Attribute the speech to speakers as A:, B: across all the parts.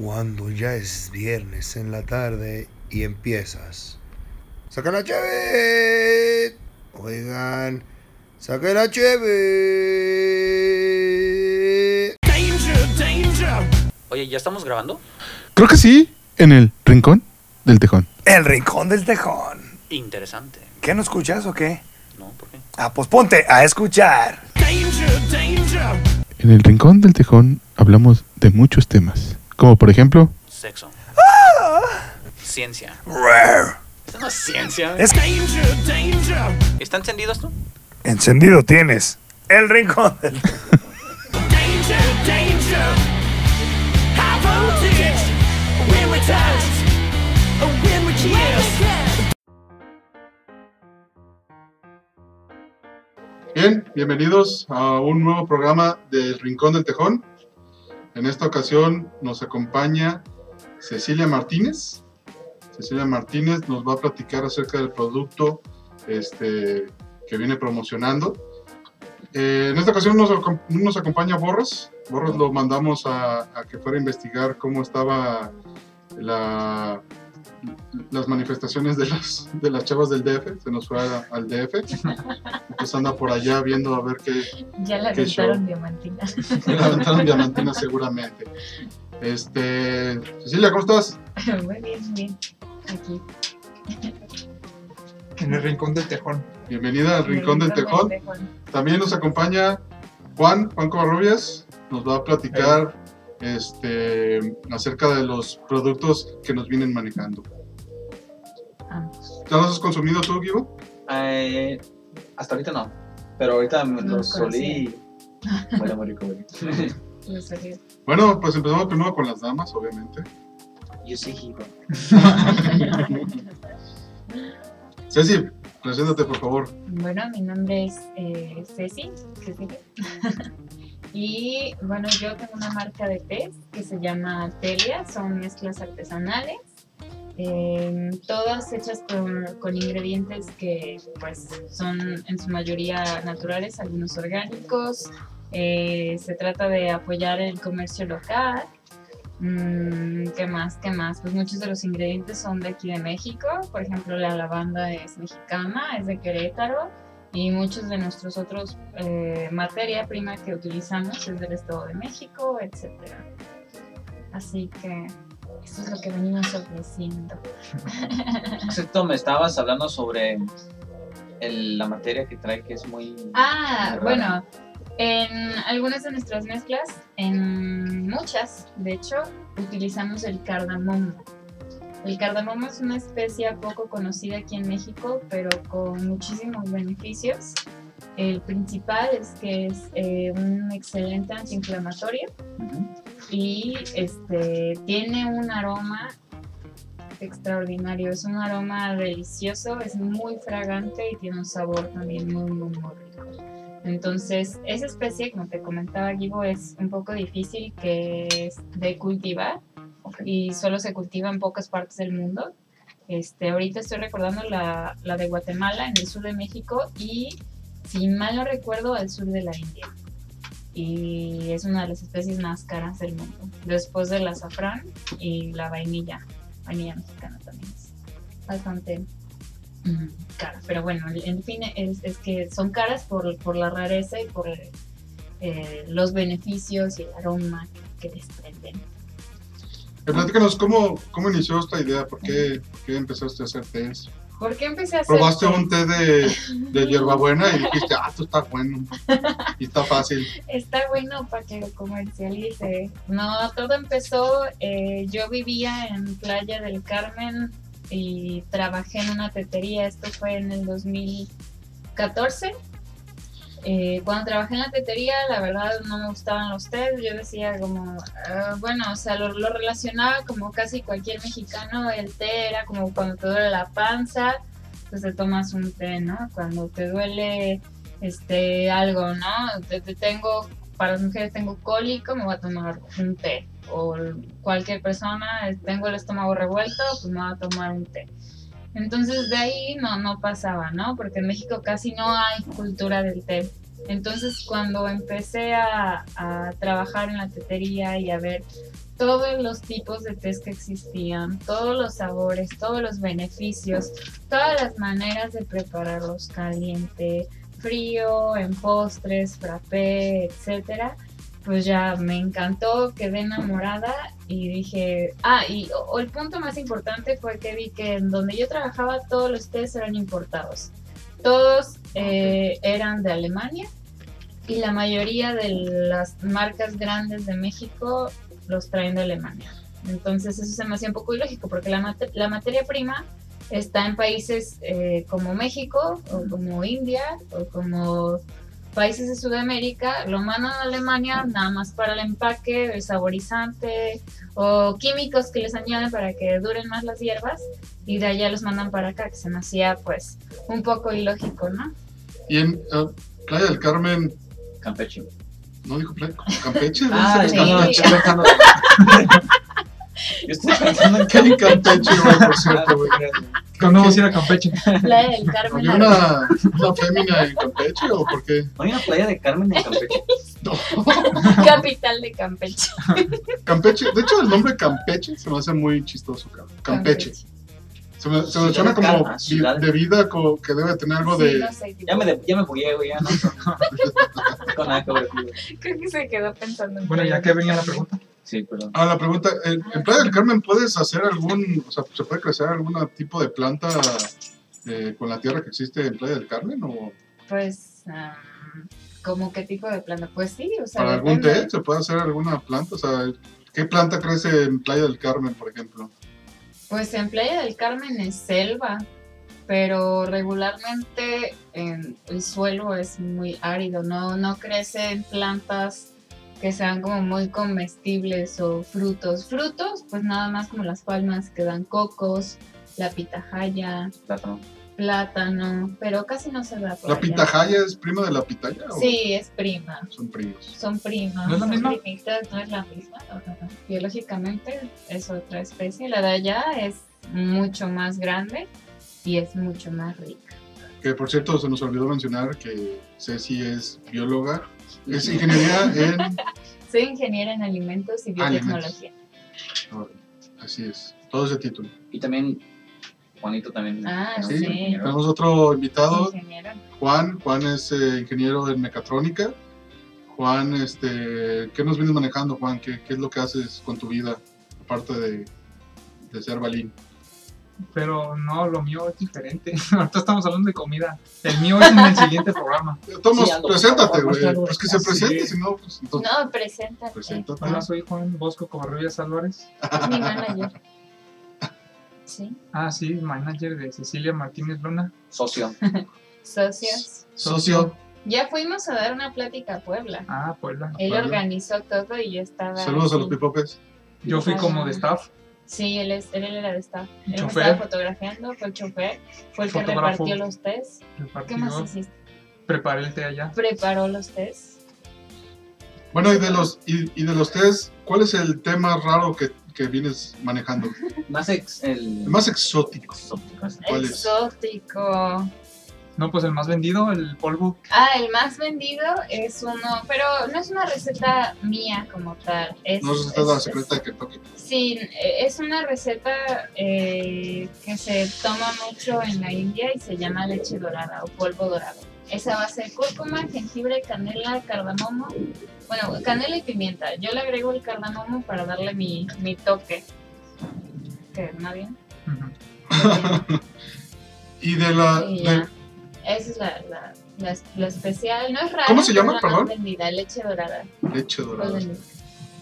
A: cuando ya es viernes en la tarde y empiezas. ¡Saca la cheve! Oigan, saca la cheve.
B: Oye, ¿ya estamos grabando?
C: Creo que sí, en el rincón del tejón.
A: El rincón del tejón.
B: Interesante.
A: ¿Qué no escuchas o qué?
B: No, ¿por qué?
A: Ah, pues ponte a escuchar.
C: En el rincón del tejón hablamos de muchos temas, como por ejemplo,
B: Sexo. Ciencia.
A: Rare.
B: Esto no es ciencia.
A: Es-
B: ¿Está encendido esto?
A: Encendido tienes. El rincón del
D: Bien, bienvenidos a un nuevo programa del Rincón del Tejón. En esta ocasión nos acompaña Cecilia Martínez. Cecilia Martínez nos va a platicar acerca del producto este, que viene promocionando. Eh, en esta ocasión nos, acom- nos acompaña Borras. Borras lo mandamos a, a que fuera a investigar cómo estaba la- las manifestaciones de las, de las chavas del DF. Se nos fue a- al DF. Entonces anda por allá viendo a ver qué,
E: Ya la
D: Qué show.
E: aventaron diamantina.
D: Me la aventaron diamantina seguramente. Este, Cecilia, ¿cómo estás?
E: Muy bien, bien. Aquí.
F: En el rincón del tejón.
D: Bienvenida al Rincón del Tejón. También nos acompaña Juan, Juan Covarrubias. Nos va a platicar este, acerca de los productos que nos vienen manejando. Ah. ¿Ya los has consumido tú, Guivo?
G: Eh, hasta ahorita no, pero ahorita me
E: No
G: lo
E: lo
G: solí. y- Huele muy rico, güey.
E: Los ojos.
D: Bueno, pues empezamos primero con las damas, obviamente.
G: Yo soy Higo.
D: Ceci, preséntate, por favor.
E: Bueno, mi nombre es eh, Ceci. Ceci. y bueno, yo tengo una marca de té que se llama Telia. Son mezclas artesanales. eh, todas hechas con, con ingredientes que pues son en su mayoría naturales, algunos orgánicos. eh, se trata de apoyar el comercio local. Mm, ¿Qué más? ¿Qué más? Pues muchos de los ingredientes son de aquí de México. Por ejemplo, la lavanda es mexicana, es de Querétaro. Y muchos de nuestros otros eh, materia prima que utilizamos es del Estado de México, etcétera. Así que eso es lo que venimos ofreciendo.
G: Excepto me estabas hablando sobre el- la materia que trae que es muy.
E: Ah,
G: muy rara.
E: bueno, en algunas de nuestras mezclas, en muchas, de hecho, utilizamos el cardamomo. El cardamomo es una especie poco conocida aquí en México, pero con muchísimos beneficios. El principal es que es eh, un excelente antiinflamatorio
G: Ujú.
E: y este tiene un aroma extraordinario. Es un aroma delicioso, es muy fragante y tiene un sabor también muy, muy, muy rico. Entonces, esa especie, como te comentaba, Gibo, es un poco difícil que es de cultivar y solo se cultiva en pocas partes del mundo. Este, ahorita estoy recordando la, la de Guatemala, en el sur de México y, si mal no recuerdo, al sur de la India y es una de las especies más caras del mundo, después del azafrán y la vainilla, vainilla mexicana también es bastante mm, cara, pero bueno, el- en fin, es, es que son caras por, por la rareza y por eh, los beneficios y el aroma que, que desprenden.
D: Eh, Platícanos cómo, cómo inició esta idea, por qué, por qué empezaste a hacer tés.
E: ¿Por qué empecé a hacer
D: Probaste
E: té?
D: un té de, de hierbabuena y dijiste, ah, esto está bueno y está fácil.
E: Está bueno para que lo comercialice. No, todo empezó, eh, yo vivía en Playa del Carmen y trabajé en una tetería, esto fue en el 2014. Eh, cuando trabajé en la tetería, la verdad no me gustaban los tés, yo decía como, "Ah, bueno, o sea, lo, lo relacionaba como casi cualquier mexicano, el té era como cuando te duele la panza, pues te tomas un té, ¿no? Cuando te duele este, algo, ¿no? Te, te tengo, para las mujeres tengo cólico, me voy a tomar un té. O cualquier persona, eh, tengo el estómago revuelto, pues me voy a tomar un té. Entonces de ahí no, no pasaba, ¿no? Porque en México casi no hay cultura del té. Entonces cuando empecé a, a trabajar en la tetería y a ver todos los tipos de tés que existían, todos los sabores, todos los beneficios, todas las maneras de prepararlos caliente, frío, en postres, frappé, etcétera, pues ya me encantó, quedé enamorada y dije, ah, y o- o el punto más importante fue que vi que en donde yo trabajaba todos los tés eran importados, todos eh, eran de Alemania y la mayoría de las marcas grandes de México los traen de Alemania. Entonces eso se me hacía un poco ilógico porque la, mate- la materia prima está en países eh, como México o como India o como países de Sudamérica, lo mandan a Alemania nada más para el empaque, el saborizante o químicos que les añaden para que duren más las hierbas y de allá los mandan para acá, que se me hacía pues un poco ilógico, ¿no?
D: Y en ah, Playa del Carmen,
G: Campeche.
D: no dijo Playa, Campeche, ¿no?
G: Ah,
D: ¿Sabes
E: sí.
G: no, no,
D: Campeche?
G: estoy pensando. Yo estoy pensando en
D: ¿Qué hay en Campeche, güey, por cierto, güey?
F: Cuando vamos a ir a Campeche.
E: Playa del Carmen.
D: ¿Había una, una fémina en Campeche o por qué?
G: ¿No hay una playa de Carmen en Campeche?
D: No.
E: Capital de Campeche.
D: Campeche, de hecho el nombre Campeche se me hace muy chistoso, cabrón. Campeche. Se me, se me
G: Ciudad
D: suena
G: de
D: como
G: Calma,
D: vi-
G: ciudad de-
D: de vida, como que debe tener algo
E: Sí,
D: de...
E: no sé, tipo,
G: Ya me, de- ya me bugué, güey, ya no. Con nada que ver, güey.
E: Creo que se quedó pensando. en
F: Bueno, ya
E: Playa
F: que
E: del
F: venía la
E: Carmen.
F: pregunta.
G: Sí, perdón.
D: Ah, la pregunta, ¿en, en Playa del Carmen puedes hacer algún, o sea, se puede crecer algún tipo de planta eh, con la tierra que existe en Playa del Carmen o
E: Pues, ah, ¿cómo qué tipo de planta? Pues sí, o sea.
D: para algún
E: depende.
D: té se puede hacer alguna planta? O sea, ¿qué planta crece en Playa del Carmen, por ejemplo?
E: Pues en Playa del Carmen es selva, pero regularmente en- el suelo es muy árido, no, no crecen plantas que sean como muy comestibles o frutos. Frutos, pues nada más como las palmas que dan cocos, la pitahaya,
G: Plátano.
E: plátano, pero casi no se da por
D: ¿La
E: allá.
D: pitahaya es prima de la pitaya o
E: Sí, es prima.
D: son primos?
E: Son primas,
F: ¿No es la
E: son
F: misma?
E: primitas, no es la misma. no, no, no. Biológicamente es otra especie. La de allá es mucho más grande y es mucho más rica.
D: Que por cierto, se nos olvidó mencionar que Ceci es bióloga, es ingeniería en...
E: Soy ingeniera en alimentos y
D: Alimentos.
E: biotecnología.
D: Así es, todo ese título.
G: Y también, Juanito también.
E: Ah,
G: ¿no?
D: Sí,
E: sí.
D: tenemos otro invitado,
E: Ingeniera.
D: Juan, Juan es eh, ingeniero en mecatrónica. Juan, este, ¿qué nos vienes manejando, Juan? ¿Qué, qué es lo que haces con tu vida, aparte de, de ser balín?
F: Pero no, lo mío es diferente. Ahorita estamos hablando de comida. El mío es en el siguiente programa.
D: Tomás,
G: Sí, algo,
D: preséntate,
G: por favor,
D: güey.
G: muéstralo.
D: Pues que se
F: Sí.
D: presente, si no, pues entonces,
E: No, preséntate.
D: preséntate.
F: Hola, soy Juan Bosco Covarrubias Álvarez.
E: Es mi manager. Sí.
F: Ah, sí, manager de Cecilia Martínez Luna.
G: Socio.
E: Socios.
D: Socio,
E: Ya fuimos a dar una plática a Puebla.
F: Ah, Puebla.
E: Él
D: Puebla.
E: organizó todo y yo estaba.
D: saludos a los
E: así.
D: pipopes.
F: Yo fui como de staff.
E: Sí, él, es, él era de staff. Él me
F: Chofer.
E: estaba fotografiando, fue el chofer, fue el que
F: Fotógrafo.
E: repartió los test.
F: del
E: ¿Qué
F: partido.
E: más hiciste?
F: Preparé el té allá.
E: Preparó los test.
D: Bueno, y de los, y, y de los tres, ¿cuál es el tema raro que, que vienes manejando?
G: Más ex, el...
D: El más exótico.
G: exótico. así.
D: ¿Cuál es?
E: Exótico.
F: No, pues el más vendido, el polvo.
E: Ah, el más vendido es uno, pero no es una receta mía como tal. Es,
D: No sé si estás la
E: es-
D: secreta de Kentucky.
E: Sí, eh, es una receta eh, que se toma mucho en la India y se llama leche dorada o polvo dorado. Es a base de cúrcuma, jengibre, canela, cardamomo. Bueno, canela y pimienta. Yo le agrego el cardamomo para darle mi, mi toque. ¿Qué? ¿No bien?
F: Ujú.
D: Y de la.
E: Y
D: de-
E: ya. Esa es la, la, la- la especial. No es rara.
D: ¿Cómo se llama,
E: pero la más
D: perdón?
E: vendida, leche dorada.
D: leche dorada.
E: Golden-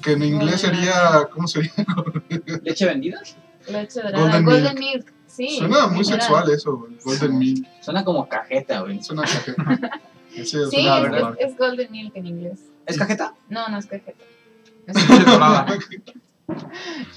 D: Que en inglés
E: Golden
D: sería. ¿Cómo sería?
G: ¿eh? ¿Leche vendida?
E: Leche dorada.
D: Golden
E: Golden,
D: milk.
E: milk. Sí.
D: Suena muy
E: dorada.
D: sexual eh. eso, güey. Golden Mean.
G: Suena como cajeta, güey.
D: Suena cajeta. Ese
E: Sí,
D: suena
E: es-
D: a
E: es- es Golden milk en inglés.
G: ¿Es cajeta?
E: No, no es cajeta. Es
F: Leche dorada.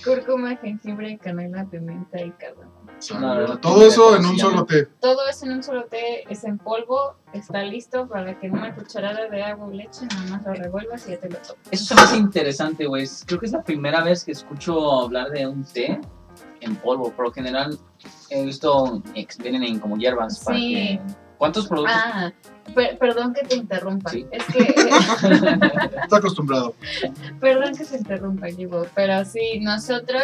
E: cúrcuma, jengibre, canela, pimienta y cardamomo.
D: Suena-
G: La verdad,
D: Todo eso
G: ¿cómo
D: en
G: se
D: un
G: llama?
D: solo té.
E: Todo eso en un solo té, es en polvo, está listo para que en una cucharada de agua o leche nada más lo revuelvas y ya te lo tomas.
G: Eso se me hace interesante, güey. Es- Creo que es la primera vez que escucho hablar de un té en polvo. Por lo general, he visto, ex- vienen en como hierbas para
E: Sí.
G: que ¿Cuántos productos?
E: Ah, per- perdón que te interrumpa.
G: Sí.
E: Es que,
D: Está acostumbrado.
E: perdón que te interrumpa, Gibo, pero sí, nosotros,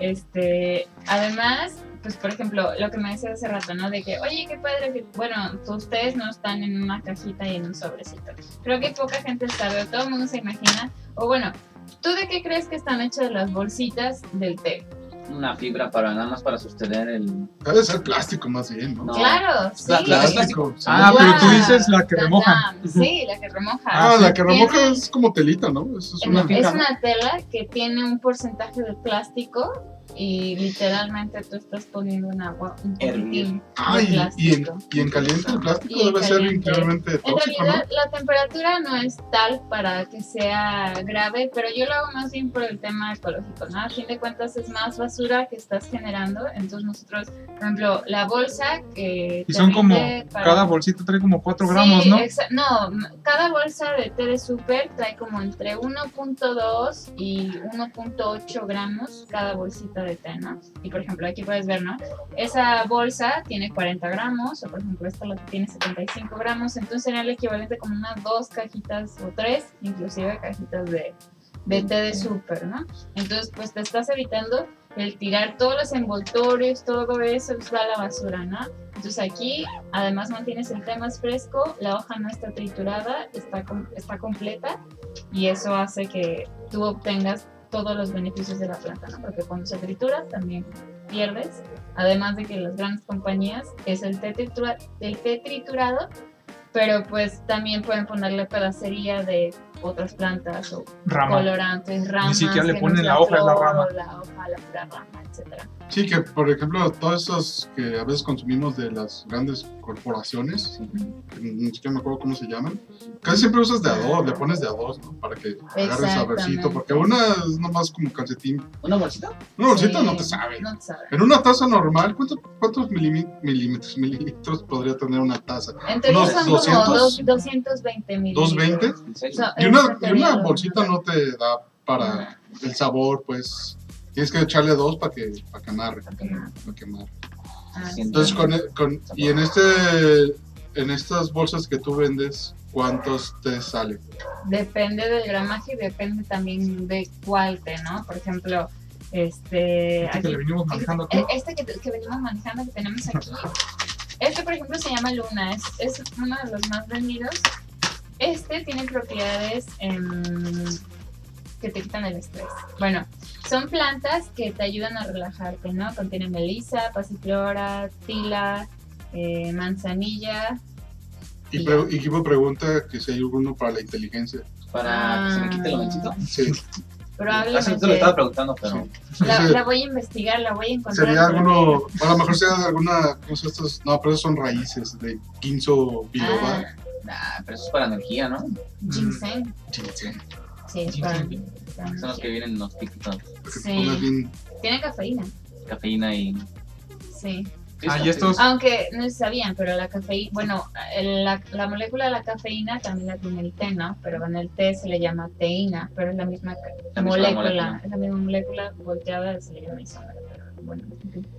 E: este, además, pues por ejemplo, lo que me decías hace rato, ¿no? De que, oye, qué padre, que, bueno, tú- ustedes no están en una cajita y en un sobrecito. Creo que poca gente sabe, o todo el mundo se imagina, o bueno, ¿tú de qué crees que están hechas las bolsitas del té?
G: Una fibra para nada más para sostener el.
D: Debe ser plástico más bien, ¿no?
G: No.
E: Claro, sí.
G: La- la- la-
D: Plástico. sí.
F: Ah, pero tú
E: Guau,
F: dices la que
E: tan,
F: remoja.
E: tan. Sí, la que remoja.
D: Ah, la que remoja
E: Tiene-
D: es como telita, ¿no? Eso es
E: Es
D: una...
E: una, es una tela que tiene un porcentaje de plástico y literalmente tú estás poniendo en agua un poquitín
D: Ah,
E: de
D: y, y en,
E: plástico.
D: y en caliente el plástico
E: Y en
D: debe ser
E: caliente.
D: increíblemente
E: En
D: tóxico, ¿no?
E: realidad la temperatura no es tal para que sea grave, pero yo lo hago más bien por el tema ecológico, ¿no? A fin de cuentas es más basura que estás generando, entonces nosotros, por ejemplo, la bolsa que...
F: Y
E: te
F: son como,
E: rinde eh, para-
F: cada bolsita trae como 4
E: Sí,
F: gramos, ¿no?
E: exa- no, m- cada bolsa de té de super trae como entre 1.2 y 1.8 gramos cada bolsita de té, ¿no? Y por ejemplo, aquí puedes ver, ¿no? Esa bolsa tiene 40 gramos, o por ejemplo, esta la que tiene 75 gramos, entonces sería el equivalente como unas dos cajitas o tres, inclusive cajitas de, de té de super, ¿no? Entonces, pues te estás evitando el tirar todos los envoltorios, todo eso pues, va a la basura, ¿no? Entonces aquí además mantienes el té más fresco, la hoja no está triturada, está, com- está completa y eso hace que tú obtengas todos los beneficios de la planta, ¿no? Porque cuando se tritura también pierdes, además de que las grandes compañías es el té, tritura- el té triturado, pero pues también pueden ponerle pedacería de otras plantas o
F: Rama.
E: colorantes, ramas.
F: siquiera le
E: que no
F: ponen
E: es
F: la hoja, es la
E: flor,
F: rama.
E: La hoja, la pura rama, etcétera.
D: Sí, que por ejemplo, todos esos que a veces consumimos de las grandes corporaciones, que ni siquiera me acuerdo cómo se llaman, casi siempre usas de a dos, le pones de a dos, ¿no? Para que agarre saborcito,
E: Exactamente.
D: porque una es nomás como calcetín.
G: ¿Una bolsita?
D: Una bolsita
E: Sí,
D: no te sabe.
E: No te sabe.
D: En una taza normal, ¿cuántos, cuántos milimi- milímetros, mililitros podría tener una taza?
E: Entre ellos
D: Unos
E: son
D: 200,
E: como dos- 220 mil.
D: ¿220?
G: ¿En serio?
E: eh,
D: Y una, y una bolsita no te da para el sabor, pues. Tienes que echarle dos para que, para que amarre, para que, para que amarre.
E: Ah,
D: Entonces, con, e, con- y en este en estas bolsas que tú vendes, ¿cuántos te salen?
E: Depende del gramaje y depende también de cuál té, ¿no? Por ejemplo, este.
F: Este que
E: aquí-
F: le venimos manejando aquí.
E: Eh, Este que, que venimos manejando, que tenemos aquí. Este, por ejemplo, se llama Luna. Es, es uno de los más vendidos. Este tiene propiedades em, que te quitan el estrés. Bueno, son plantas que te ayudan a relajarte, ¿no? Contiene melisa, pasiflora, tila, eh, manzanilla.
D: Y, pre- y Gibo pregunta que si hay alguno para la inteligencia.
G: Para que se me quite el obencito.
D: Sí,
G: Hace rato lo
E: Ah. Probablemente.
G: estaba preguntando, pero.
E: La,
D: Ese
E: la voy a investigar, la voy a encontrar.
D: sería
E: pero-
D: alguno, a lo mejor sería de alguna, ¿cómo se llama estos? No, pero esos son raíces de quinzo biloba.
E: Ah,
G: Nah, pero eso es para energía, ¿no?
E: ginseng.
D: Ginseng,
E: Sí, es
F: Ginseng.
E: para-
G: Son los que vienen en los TikToks.
D: para que te
E: Sí.
D: pongas bien-
E: Tiene cafeína.
G: Cafeína y.
E: Sí.
F: Ah, y estos.
E: Aunque no sabían, pero la cafeína, bueno, el- la, la molécula de la cafeína también la tiene el té, ¿no? Pero en el té se le llama teína, pero es la misma, ca-
G: La misma
E: molécula,
G: molécula.
E: Es la misma molécula volteada, se le llama isómero, pero bueno,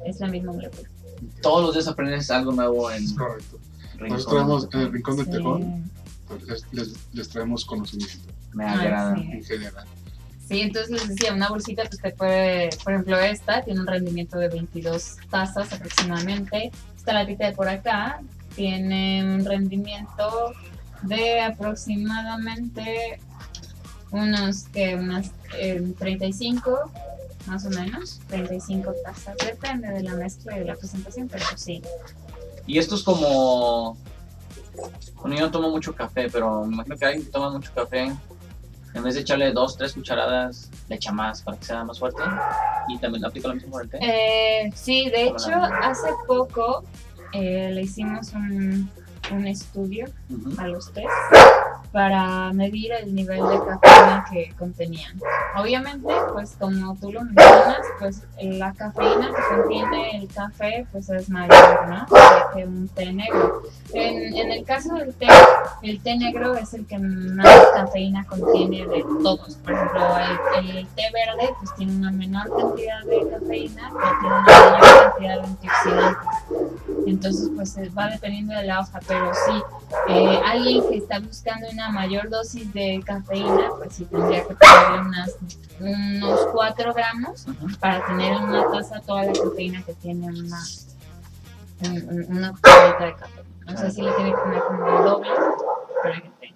E: es la misma molécula.
G: Todos los días aprendes algo nuevo en.
D: Es correcto. Nosotros
G: Rincón.
D: traemos en el
F: eh,
D: rincón del
E: Sí.
D: tejón, les, les- les traemos conocimiento
G: Me
E: Ah,
G: agrada.
E: sí.
D: en general.
E: Sí, entonces les decía, una bolsita pues te puede, por ejemplo, esta tiene un rendimiento de 22 tazas aproximadamente. Esta latita de por acá tiene un rendimiento de aproximadamente unos que unas eh, 35 más o menos, 35 tazas, depende de la mezcla y de la presentación, pero sí.
G: Y esto es como. Bueno, yo no tomo mucho café, pero me imagino que alguien que toma mucho café, en vez de echarle dos, tres cucharadas, le echa más para que sea más fuerte. Y también le aplico lo mismo para el té.
E: Eh, sí, de hecho, hace poco eh, le hicimos un, un estudio
G: Ujú.
E: a los test para medir el nivel de cafeína que contenían. Obviamente, pues como tú lo mencionas, pues la cafeína que contiene el café pues es mayor, ¿no? Que que un té negro. En, en el caso del té, el té negro es el que más cafeína contiene de todos. Por ejemplo, el, el té verde pues tiene una menor cantidad de cafeína, pero tiene una mayor cantidad de antioxidantes. Entonces, pues eh, va dependiendo de la hoja, pero sí, eh, alguien que está buscando una mayor dosis de cafeína, pues sí tendría que ponerle unas, unos 4 gramos
G: Ujú.
E: para tener en una taza toda la cafeína que tiene una, un- un- una cucharadita de café. No sé si le tiene que poner como el doble para que tenga.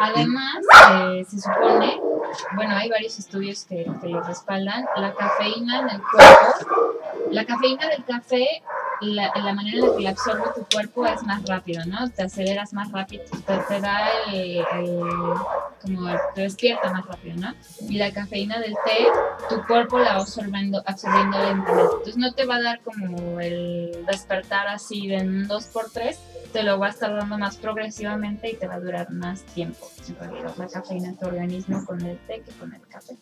E: Además, eh, se supone, bueno, hay varios estudios que, que lo respaldan, la cafeína en el cuerpo, la cafeína del café la, la manera en la que la absorbe tu cuerpo es más rápido, ¿no? Te aceleras más rápido, te, te da el, el- como te despierta más rápido, ¿no? Y la cafeína del té, tu cuerpo la va absorbiendo, absorbiendo lentamente. Entonces no te va a dar como el despertar así de un 2x3, te lo va a estar dando más progresivamente y te va a durar más tiempo. En realidad, la cafeína en tu organismo con el té que con el café.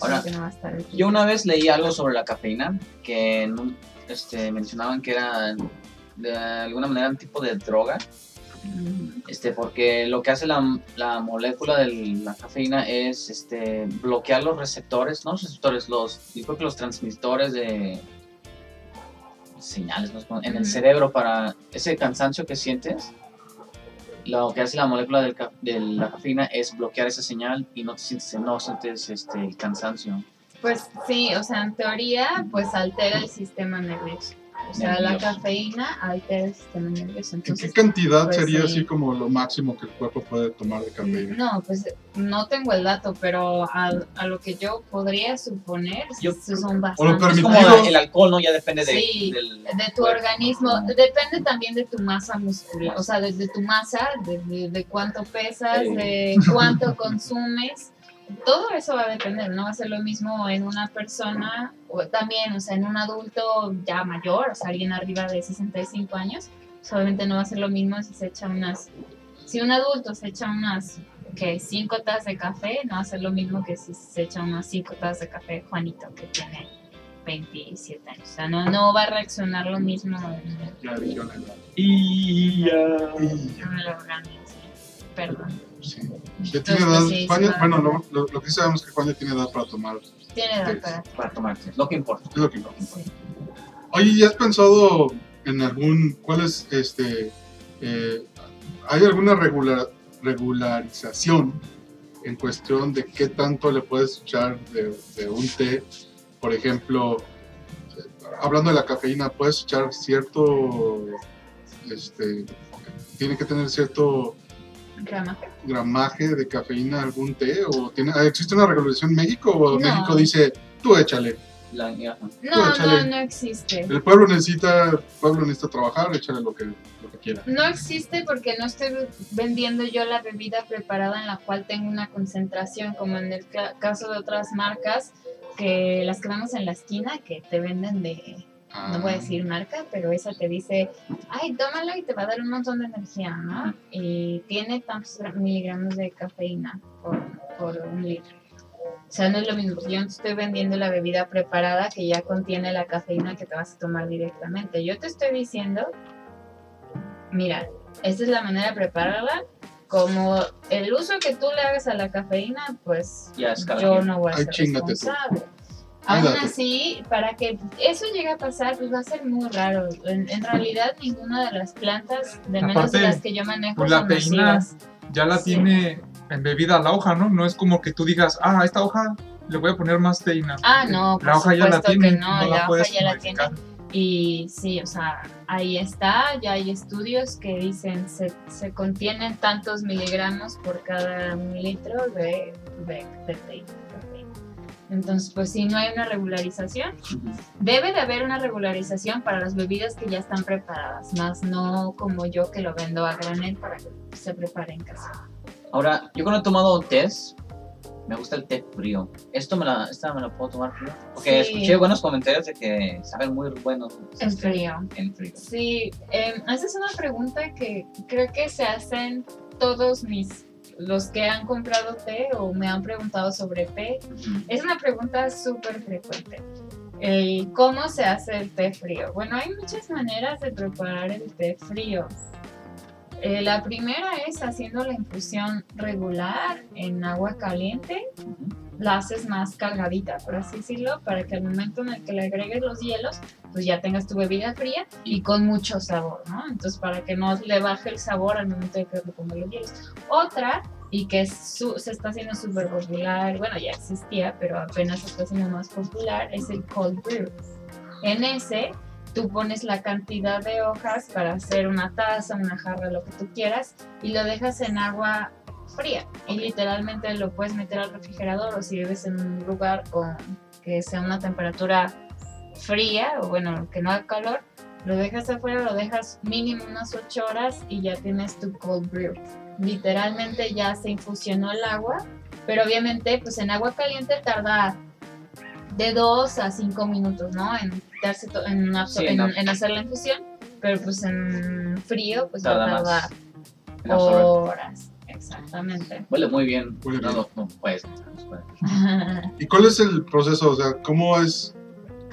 G: Ahora,
E: Así que no va a estar el-
G: Yo una vez leí algo sobre la cafeína que en un- este, mencionaban que era de alguna manera un tipo de droga,
E: Ujú.
G: este, porque lo que hace la, la molécula de la cafeína es este, bloquear los receptores, no los receptores, los, yo creo que los transmisores de señales no sé cómo- en el
E: Ujú.
G: cerebro para ese cansancio que sientes. Lo que hace la molécula del ca- de la cafeína es bloquear esa señal y no te sientes, no sientes este, el cansancio.
E: Pues sí, o sea, en teoría, pues altera el sistema nervioso. O sea, la
G: Nervioso.
E: cafeína altera el sistema nervioso.
D: ¿Qué, qué
E: Entonces,
D: cantidad
E: pues,
D: sería
E: sí.
D: así como lo máximo que el cuerpo puede tomar de cafeína?
E: no, pues no tengo el dato, pero a, a lo que yo podría suponer,
G: Yo-
E: sí son
D: o lo
E: bastantes.
G: Es
D: permitido.
G: como la- el alcohol, ¿no? Ya depende de,
E: Sí,
G: del...
E: De tu organismo, depende también de tu masa muscular, o sea, de, de tu masa, de, de- de cuánto pesas, de cuánto consumes. Todo eso va a depender, no va a ser lo mismo en una persona, o también, o sea, en un adulto ya mayor, o sea, alguien arriba de 65 años, pues, obviamente no va a ser lo mismo si se echa unas, si un adulto se echa unas, que 5 tazas de café, no va a ser lo mismo que si se echa unas 5 tazas de café Juanito, que tiene 27 años. O sea, no, no va a reaccionar lo mismo en
D: Ya dije una edad.
G: Y ya...
D: Y ya,
E: en el organismo. Perdón.
D: sí. Ya tiene
E: Entonces, pues
D: edad.
E: sí,
D: Juan ya-
E: sí,
D: bueno,
E: va.
D: lo, lo- lo que sí sabemos es que Juan ya tiene edad para tomar. Es
E: Tiene edad para
G: Para tomarte, lo que importa.
D: lo que no.
E: sí.
D: Oye, ¿y has pensado en algún. ¿Cuál es este. eh, ¿Hay alguna regular, regularización en cuestión de qué tanto le puedes echar de, de un té? Por ejemplo, eh, hablando de la cafeína, puedes echar cierto. Este, tiene que tener cierto
E: Rama.
D: gramaje de cafeína a algún té o tiene, existe una regularización en México o
E: No.
D: México dice tú échale
G: La, ajá.
E: No, no,
D: échale.
E: no existe.
D: el pueblo necesita el pueblo necesita trabajar échale lo que lo que quiera
E: No existe porque no estoy vendiendo yo la bebida preparada en la cual tengo una concentración, como en el ca- caso de otras marcas que las que vemos en la esquina que te venden de no
D: Ah,
E: voy a
G: Ah.
E: decir marca, pero esa te dice, ay, tómala y te va a dar un montón de energía, ¿no? Y tiene tantos gra- miligramos de cafeína por, por un litro. O sea, no es lo mismo. Yo no te estoy vendiendo la bebida preparada que ya contiene la cafeína que te vas a tomar directamente. Yo te estoy diciendo, mira, esta es la manera de prepararla. Como el uso que tú le hagas a la cafeína, pues
G: Ya es cada
E: yo
G: quien.
E: no voy a
D: Ay,
E: ser
D: chíngate tú.
E: responsable. Aún
D: Ándate.
E: así, para que eso llegue a pasar, pues va a ser muy raro. En, en realidad, ninguna de las plantas, de menos
F: Aparte,
E: de las que yo manejo,
F: pues, la
E: son
F: peína-
E: nocivas.
F: Ya la
E: Sí.
F: tiene embebida la hoja, ¿no? No es como que tú digas, ah, a esta hoja le voy a poner más teína.
E: Ah, no, por
F: La hoja ya la
E: supuesto que
F: tiene.
E: no, la hoja
F: puedes
E: ya la
F: modificar.
E: Y sí, o sea, ahí está, ya hay estudios que dicen se, se contienen tantos miligramos por cada un litro de, de, de té, café. Entonces, pues sí, no hay una regularización. Debe de haber una regularización para las bebidas que ya están preparadas, más no como yo que lo vendo a granel para que se prepare en casa.
G: Ahora, yo cuando he tomado tés, me gusta el té frío. Esto me la, esta me la puedo tomar frío. Porque
E: Sí.
G: escuché buenos comentarios de que saben muy buenos.
E: En
G: este,
E: frío.
G: En frío.
E: em, Sí, eh, esa es una pregunta que creo que se hacen todos mis los que han comprado té o me han preguntado sobre té, es una pregunta súper frecuente. El ¿Cómo se hace el té frío? Bueno, hay muchas maneras de preparar el té frío. Eh, la primera es haciendo la infusión regular en agua caliente. La haces más cargadita, por así decirlo, para que al momento en el que le agregues los hielos, pues ya tengas tu bebida fría y con mucho sabor, ¿no? Entonces, para que no le baje el sabor al momento de que le pongas los hielos. Otra, y que es su- se está haciendo súper popular, bueno, ya existía, pero apenas se está haciendo más popular, es el cold brew. En ese, tú pones la cantidad de hojas para hacer una taza, una jarra, lo que tú quieras, y lo dejas en agua fría. Y literalmente lo puedes meter al refrigerador o si vives en un lugar con que sea una temperatura fría o bueno, que no haga calor, lo dejas afuera, lo dejas mínimo unas 8 horas y ya tienes tu cold brew. Literalmente ya se infusionó el agua, pero obviamente pues en agua caliente tarda de 2 a 5 minutos, ¿no? En, quitarse to- en, absor-
G: Sí, no.
E: en- en hacer la infusión, pero pues en frío pues
G: Tarda
E: ya tarda
G: más. en absorber.
E: horas. Exactamente.
G: Huele muy bien.
D: Huele
G: no,
D: bien.
G: no, pues, no, pues.
D: ¿Y cuál es el proceso? O sea, ¿cómo es?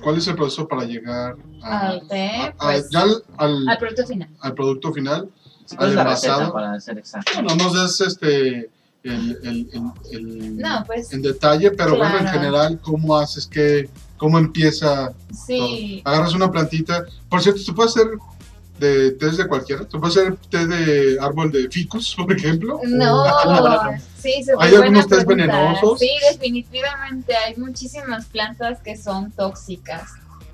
D: ¿Cuál es el proceso para llegar a,
E: Al té,
D: a- a-
E: pues,
D: ya al, al-
E: al producto final.
D: al producto final?
G: Sí, ¿Cuál es la
D: Adelgazado.
G: receta para ser exacto?
D: No, no nos des este, el, el- el- el-
E: No, pues
D: en detalle, pero bueno, en
E: Claro.
D: general, ¿cómo haces que, cómo empieza?
E: sí,
D: Agarras una plantita. Por cierto, tú puedes hacer de té de cualquiera. Tú puedes hacer té de árbol de ficus, por ejemplo.
E: no,
F: Uh, Una-
E: sí, súper
D: ¿Hay algunos
E: buena
D: tés
E: pregunta.
D: venenosos?
E: Sí, definitivamente hay muchísimas plantas que son tóxicas.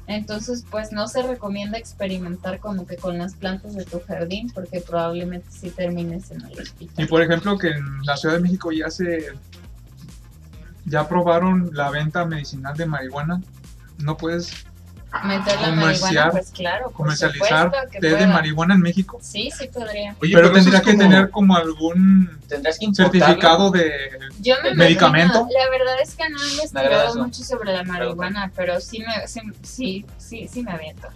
E: Entonces, pues no se recomienda experimentar como que con las plantas de tu jardín porque probablemente sí termines en el
F: Y
E: hospital.
F: por ejemplo, que en la Ciudad de México ya se. Ya probaron la venta medicinal de marihuana. No puedes
E: Meter la marihuana,
F: comerciar,
E: pues claro, por
F: comercializar
E: supuesto que
F: té de
E: pueda.
F: marihuana en México.
E: Sí, sí podría.
D: Oye,
F: pero
D: eso es
F: tendría que
D: como-
F: tener como algún
G: Tendrás que importarlo.
F: certificado de
E: Yo me
F: ¿Medicamento?
E: imagino- la verdad es que no he
G: agradezco.
E: investigado mucho sobre la marihuana, pero sí me, sí, sí, sí, sí me aviento.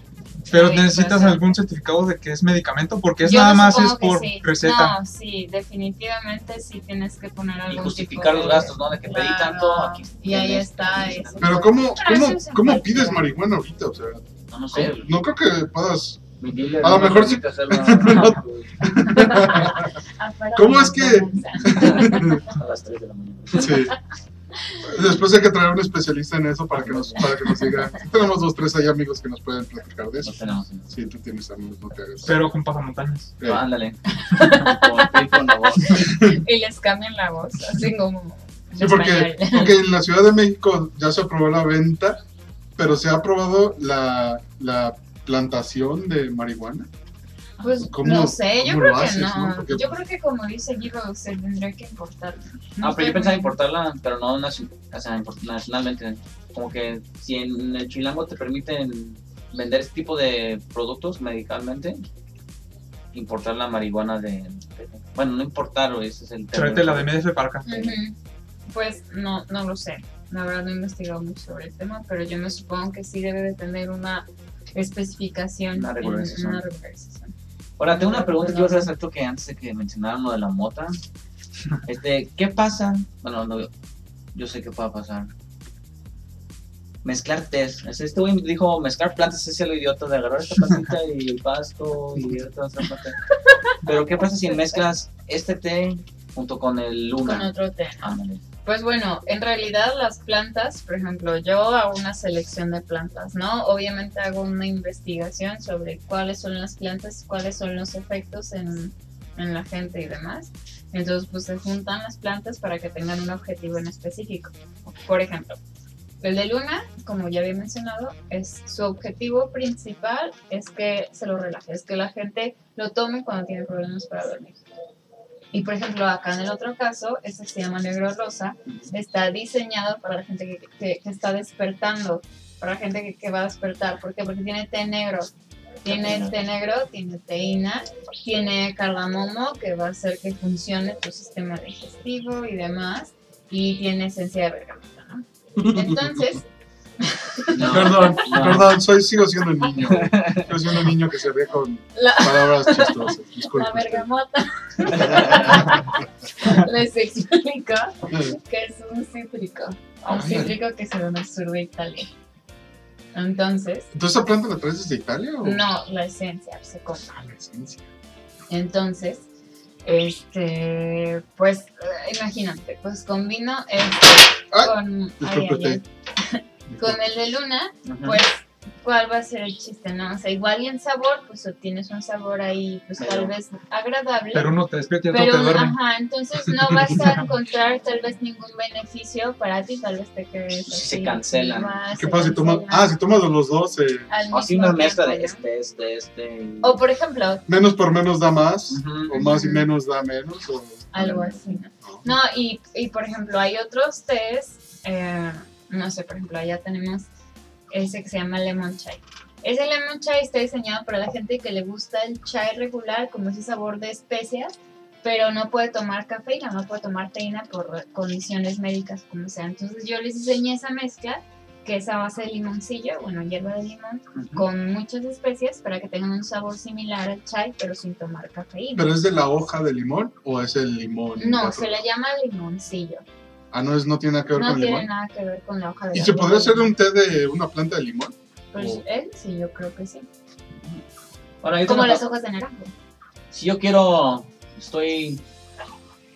F: Pero
E: Sí,
F: necesitas
E: bastante.
F: algún certificado de que es medicamento, porque es
E: Yo
F: nada
E: no
F: más es
E: supongo
F: por
E: que sí.
F: receta.
E: No, sí, definitivamente sí tienes que poner algo.
G: Y justificar los gastos, ¿no? De que pedí tanto, aquí.
E: Y ahí
G: tienes.
E: está. eso.
D: Pero ¿cómo,
E: Pero
D: cómo,
E: eso es en
D: cómo
E: cualquier
D: pides
E: lugar.
D: marihuana ahorita? O sea,
G: No, no sé.
D: no creo que puedas...
G: mi dealer
D: A lo
G: no
D: mejor
G: permite
D: sí.
G: hacerlo
E: Afuera
D: ¿Cómo
E: de
D: es
E: la
D: que-
E: balanza.
G: a las 3 de la mañana.
D: Sí. Después hay que traer un especialista en eso para que nos, para que nos diga. Tenemos dos, tres ahí amigos que nos pueden platicar de
G: No
D: eso.
G: tenemos.
D: Sí, tú tienes amigos, no te hagas.
F: Pero con pasamontañas.
D: Eh,
G: No, ándale. Con- con- con la voz.
E: Y les cambian la voz, así como. en
D: sí, porque,
E: español.
D: porque en la Ciudad de México ya se aprobó la venta, pero se ha aprobado la, la plantación de marihuana.
E: Pues
D: ¿Cómo-
E: no sé, yo
D: cómo
E: creo
D: lo
E: que
D: haces,
E: no.
D: no? Porque-
E: Yo creo que como dice Guido, se tendría que importar.
G: Ah,
E: No sé.
G: pero yo pensaba importarla, pero no naci- o sea, import- nacionalmente. Como que si en el Chilango te permiten vender este tipo de productos medicalmente, importar la marihuana de... de- bueno, no importar, güey, ese es el tema.
F: Tráete la de MDF para acá.
E: Ujú. Pues no, no lo sé. La verdad no he investigado mucho sobre el tema, pero yo me supongo que sí debe de tener una especificación.
G: Una
E: en-
G: regularización.
E: una regularización.
G: Ahora, tengo una pregunta que yo hacer creo que antes de que mencionaran lo de la mota. Este, ¿qué pasa? Bueno, no, yo sé que pueda pasar. Mezclar test. Este este güey dijo mezclar plantas es el idiota de agarrar esta plantita y el pasto y otra otra planta. Pero ¿qué pasa si mezclas este té junto con el
E: Con
G: luna?
E: otro tema.
G: Ándale.
E: Pues bueno, en realidad las plantas, por ejemplo, yo hago una selección de plantas, ¿no? Obviamente hago una investigación sobre cuáles son las plantas, cuáles son los efectos en, en la gente y demás. Entonces, pues se juntan las plantas para que tengan un objetivo en específico. Por ejemplo, el de luna, como ya había mencionado, es su objetivo principal es que se lo relaje, es que la gente lo tome cuando tiene problemas para dormir. Y por ejemplo, acá en el otro caso, este se llama negro rosa, está diseñado para la gente que, que- que está despertando, para la gente que, que va a despertar. ¿Por qué? Porque tiene té negro. Tiene té negro, tiene teína, tiene cardamomo que va a hacer que funcione tu sistema digestivo y demás, y tiene esencia de bergamota, ¿no? Entonces,
G: No,
D: Perdón,
G: no.
D: perdón, soy, sigo siendo un niño. Sigo siendo un niño que se ríe con
E: La-
D: palabras chistosas.
E: la
D: Disculpe.
E: bergamota Les explico
D: Eh,
E: que es un cítrico. Un cítrico que se donó al sur de Italia. Entonces,
D: ¿Entonces esa planta la traes desde Italia o?
E: no, la esencia se corta.
D: Ah, la esencia.
E: Entonces, este, pues, eh, imagínate, pues con vino, este,
D: Ay,
E: con, ay, ay,
D: discúlpete.
E: ay. con el de luna,
G: Ujú.
E: pues, ¿cuál va a ser el chiste, no? O sea, igual y en sabor, pues obtienes un sabor ahí, pues tal
G: Pero-
E: vez agradable.
F: Pero uno te despierta y otro
E: Pero,
F: te duerme.
E: ajá, entonces no vas a encontrar tal vez ningún beneficio para ti, tal vez te quedes
G: Sí, se
E: así,
G: cancelan.
E: más,
D: ¿Qué
E: se
D: pasa si tomas?
E: cancelan
D: Ah, si tomas de los dos, eh,
E: al
G: O así
E: mismo
G: una mezcla de
E: tiempo, ¿no?
G: este, este, este. y-
E: O por ejemplo,
D: menos por menos da más,
G: Ujú.
D: o más y menos da menos, o Ah,
E: algo así, ¿no? No, y, y por ejemplo, hay otros tés, eh, no sé, por ejemplo, allá tenemos ese que se llama lemon chai. Ese lemon chai está diseñado para la gente que le gusta el chai regular, como ese sabor de especias, pero no puede tomar cafeína, no puede tomar teína por condiciones médicas, como sea. Entonces yo les diseñé esa mezcla, que es a base de limoncillo, bueno, hierba de limón,
G: Ujú.
E: con muchas especias para que tengan un sabor similar al chai, pero sin tomar cafeína.
D: pero es de la hoja de limón o es el limón.
E: No,
D: natural?
E: se le llama limoncillo.
D: Ah, no es, no tiene nada que ver
E: No
D: con el
E: tiene
D: limón.
E: nada que ver con la hoja de
D: ¿Y
E: la
D: se
E: vida.
D: podría hacer un té de una planta de limón?
E: Pues él sí, yo creo que sí.
G: Ahora, yo
E: Como
G: tengo-
E: las hojas de naranja.
G: Si yo quiero, estoy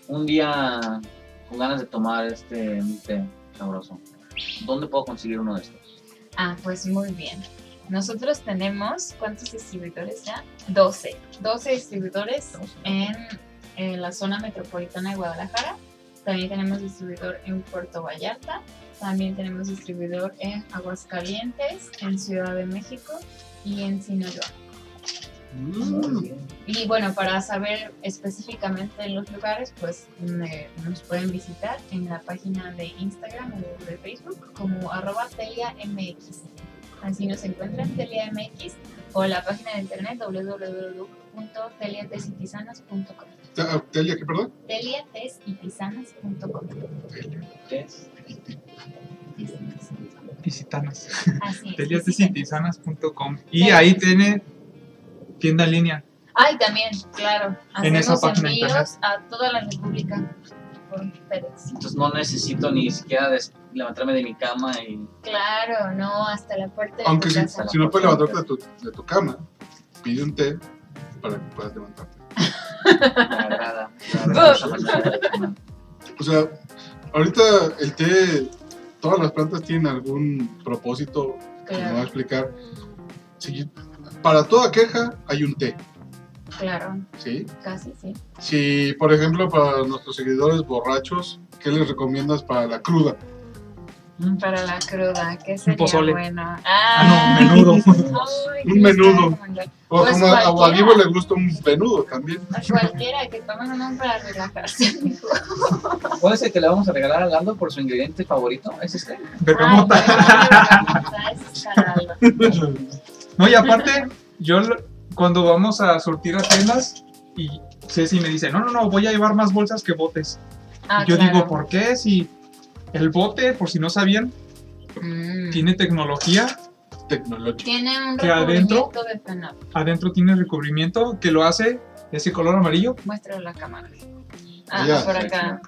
G: un día con ganas de tomar este un té sabroso. ¿Dónde puedo conseguir uno de estos?
E: Ah, pues muy bien. Nosotros tenemos, ¿cuántos distribuidores ya? 12. 12 distribuidores en, eh, la zona metropolitana de Guadalajara. También tenemos distribuidor en Puerto Vallarta. También tenemos distribuidor en Aguascalientes, en Ciudad de México y en Sinaloa.
G: Muy
D: Mm.
G: bien.
E: Y bueno, para saber específicamente los lugares, pues me- nos pueden visitar en la página de Instagram o de Facebook como arroba TeliaMX. Así nos encuentran TeliaMX o la página de internet www.teliatesitisanas.com.
D: Te- ah, Telia, ¿qué perdón?
E: Teliatesitisanas.com.
G: Tés.
F: Visitanos.
E: Así es.
F: Teliasdesitisanas.com. Y ahí tiene tienda en línea.
E: Ay, también, claro.
F: En esa
E: Hacemos
F: página de
E: envíos a toda la República por FedEx.
G: Entonces no necesito ni siquiera des- levantarme de mi cama y
E: Claro, no, hasta la puerta de
D: Aunque
E: tu
D: si,
E: casa.
D: si no puedes levantarte de tu, de tu cama, pide un té para que puedas levantarte.
G: me agrada. me agrada esa manera de tomar.
D: O sea, ahorita el té, todas las plantas tienen algún propósito que me va a
E: Claro,
D: explicar. Si- para toda queja hay un té,
E: claro,
D: ¿sí?
E: casi sí.
D: Si, por ejemplo, para nuestros seguidores borrachos, ¿qué les recomiendas para la cruda?
E: Para la cruda, ¿qué sería
F: pozole.
E: bueno?
F: Ah, no, menudo.
E: Ay,
D: Un
E: qué
D: menudo.
E: gusto.
D: O
E: Pues
D: como a
E: cualquiera.
D: Guadivo le gusta un venudo también.
E: A Pues cualquiera que tomen uno para relajarse.
G: ¿Cuál es el que le vamos a regalar a Lando por su ingrediente favorito? ¿Es este?
E: Ay,
F: Bergamota.
E: bergamota, eso es para algo.
F: No, y aparte, yo lo- cuando vamos a surtir a tiendas y Ceci me dice, no, no, no, voy a llevar más bolsas que botes.
E: Ah,
F: yo
E: claro.
F: digo, ¿por qué? Si el bote, por si no sabían,
E: Mm.
F: tiene tecnología,
D: Tecnológico.
E: Tiene un
F: que adentro-
E: recubrimiento de fenol.
F: adentro tiene recubrimiento que lo hace ese color amarillo,
E: Muestra la cámara. Ah,
D: Ya.
E: por acá.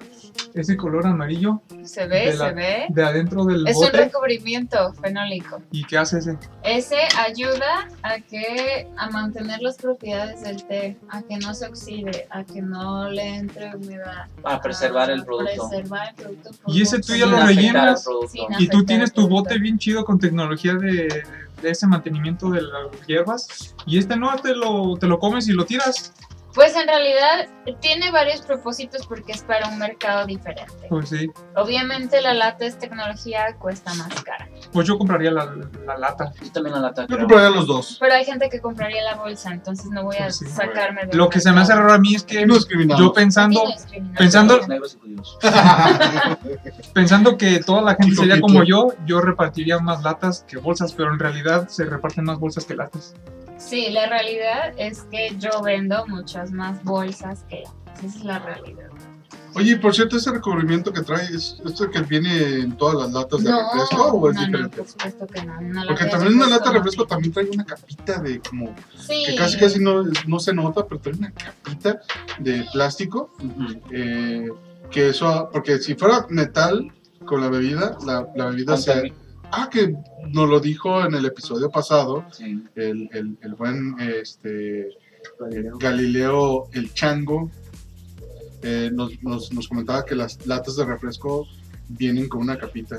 F: ese color amarillo
E: Se ve,
F: De
E: se
F: la-
E: ve.
F: de adentro del
E: Es un
F: bote.
E: recubrimiento fenólico.
F: ¿Y qué hace ese?
E: Ese ayuda a que a mantener las propiedades del té, a que no se oxide, a que no le entre humedad,
G: Para preservar el
E: a
G: producto.
E: preservar el producto por
F: Y ese
E: mucho
F: tú ya
G: Sin
F: lo
E: tiempo.
G: afectar al
F: rellenas.
G: producto.
E: Sin
F: Y tú
E: afectar
F: tienes
E: el
F: tu
E: producto.
F: bote bien chido con tecnología de, de ese mantenimiento de las hierbas. Y este no, te lo, te lo comes y lo tiras.
E: Pues en realidad tiene varios propósitos porque es para un mercado diferente.
F: Pues sí.
E: Obviamente la lata es tecnología, cuesta más cara.
F: Pues yo compraría la, la lata.
G: Yo también la lata.
D: Yo
G: creo.
D: compraría los dos.
E: Pero hay gente que compraría la bolsa, entonces no voy a
F: Pues sí.
E: sacarme de
F: Lo que se me hace raro a mí es que
D: No discriminamos.
F: yo pensando, pensando-
G: Los negros y judíos.
F: pensando que toda la gente
D: Chico
F: sería
D: Hitler.
F: como yo, yo repartiría más latas que bolsas, pero en realidad se reparten más bolsas que latas.
E: Sí, la realidad es que yo vendo muchas más bolsas que latas. Esa es la realidad.
D: Oye, y por cierto, ese recubrimiento que trae, ¿es esto que viene en todas las latas de refresco o es
E: no, no,
D: diferente?
E: por supuesto que no. una lata
D: Porque
E: de
D: también una lata de refresco
E: refresco
D: también trae una capita de como
E: no. Sí.
D: que casi casi no, no se nota, pero trae una capita de plástico
G: Ujú.
D: eh, que eso, porque si fuera metal con la bebida, la, la bebida se... Ah, que nos lo dijo en el episodio pasado
G: Sí.
D: el, el- el buen este, Galileo el Chango eh, nos, nos- nos comentaba que las latas de refresco vienen con una capita.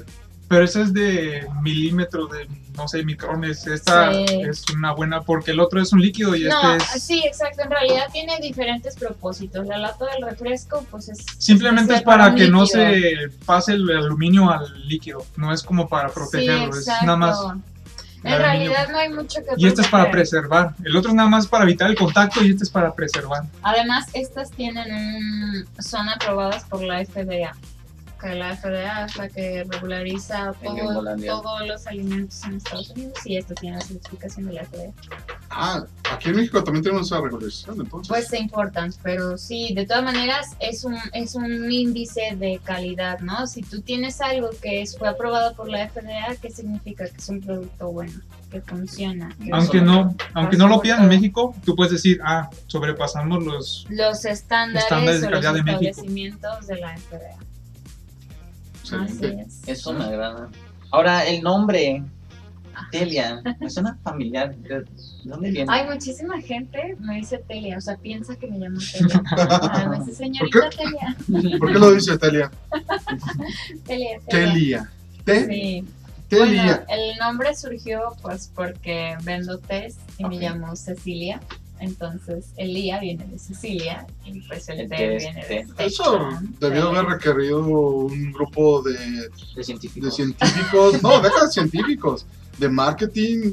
F: Pero esa es de milímetros, de no sé, micrones. Esta
E: Sí.
F: es una buena porque el otro es un líquido eh, y
E: No,
F: este es.
E: sí, exacto. En realidad tiene diferentes propósitos. La lata del refresco, pues es.
F: Simplemente es
E: especial
F: para
E: un
F: que no
E: líquido.
F: se pase este el aluminio al líquido. No es como para protegerlo,
E: Sí,
F: es
E: exacto.
F: nada más. el
E: En
F: aluminio.
E: realidad no hay mucho que.
F: Y este es para
E: proteger.
F: preservar. El otro es nada más para evitar el contacto y este es para preservar.
E: Además, estas tienen un- son aprobadas por la FDA. Que la FDA es la que regulariza todo-
G: Gringolandia.
E: todos los alimentos en Estados Unidos y esto tiene la certificación de la FDA.
D: Ah, aquí en México también tenemos esa regularización, entonces.
E: Pues se importan, pero sí, de todas maneras es un, es un índice de calidad, ¿no? Si tú tienes algo que es- fue aprobado por la FDA, ¿qué significa? Que es un producto bueno, que funciona. que
F: Aunque
E: es-
F: no, aunque no lo pidan en
E: soportado.
F: México, tú puedes decir, ah, sobrepasamos los.
E: Los estándares,
F: Estándares de
E: o
F: calidad
E: los
F: de México.
E: establecimientos de la FDA. Así
D: Excelente.
E: es.
G: Eso me agrada. Ahora, el nombre,
E: Ah.
G: Telia, me suena familiar. ¿De dónde viene?
E: Hay muchísima gente me dice Telia, o sea, piensa que me llamo Telia. Ah, me dice señorita
D: ¿Por
E: Telia,
D: ¿Por qué lo dice Telia?
E: Telia, Telia.
D: Telia. Te-
E: Sí. Bueno,
D: Telia.
E: el nombre surgió pues porque vendo test y
G: Ok.
E: me llamo Cecilia. Entonces, Elía viene de Cecilia y pues el
G: El
E: té
G: té,
E: viene
G: té.
E: de
D: Ah, Eso debió haber requerido un grupo de,
G: De científico.
D: de científicos. No, deja de científicos. De marketing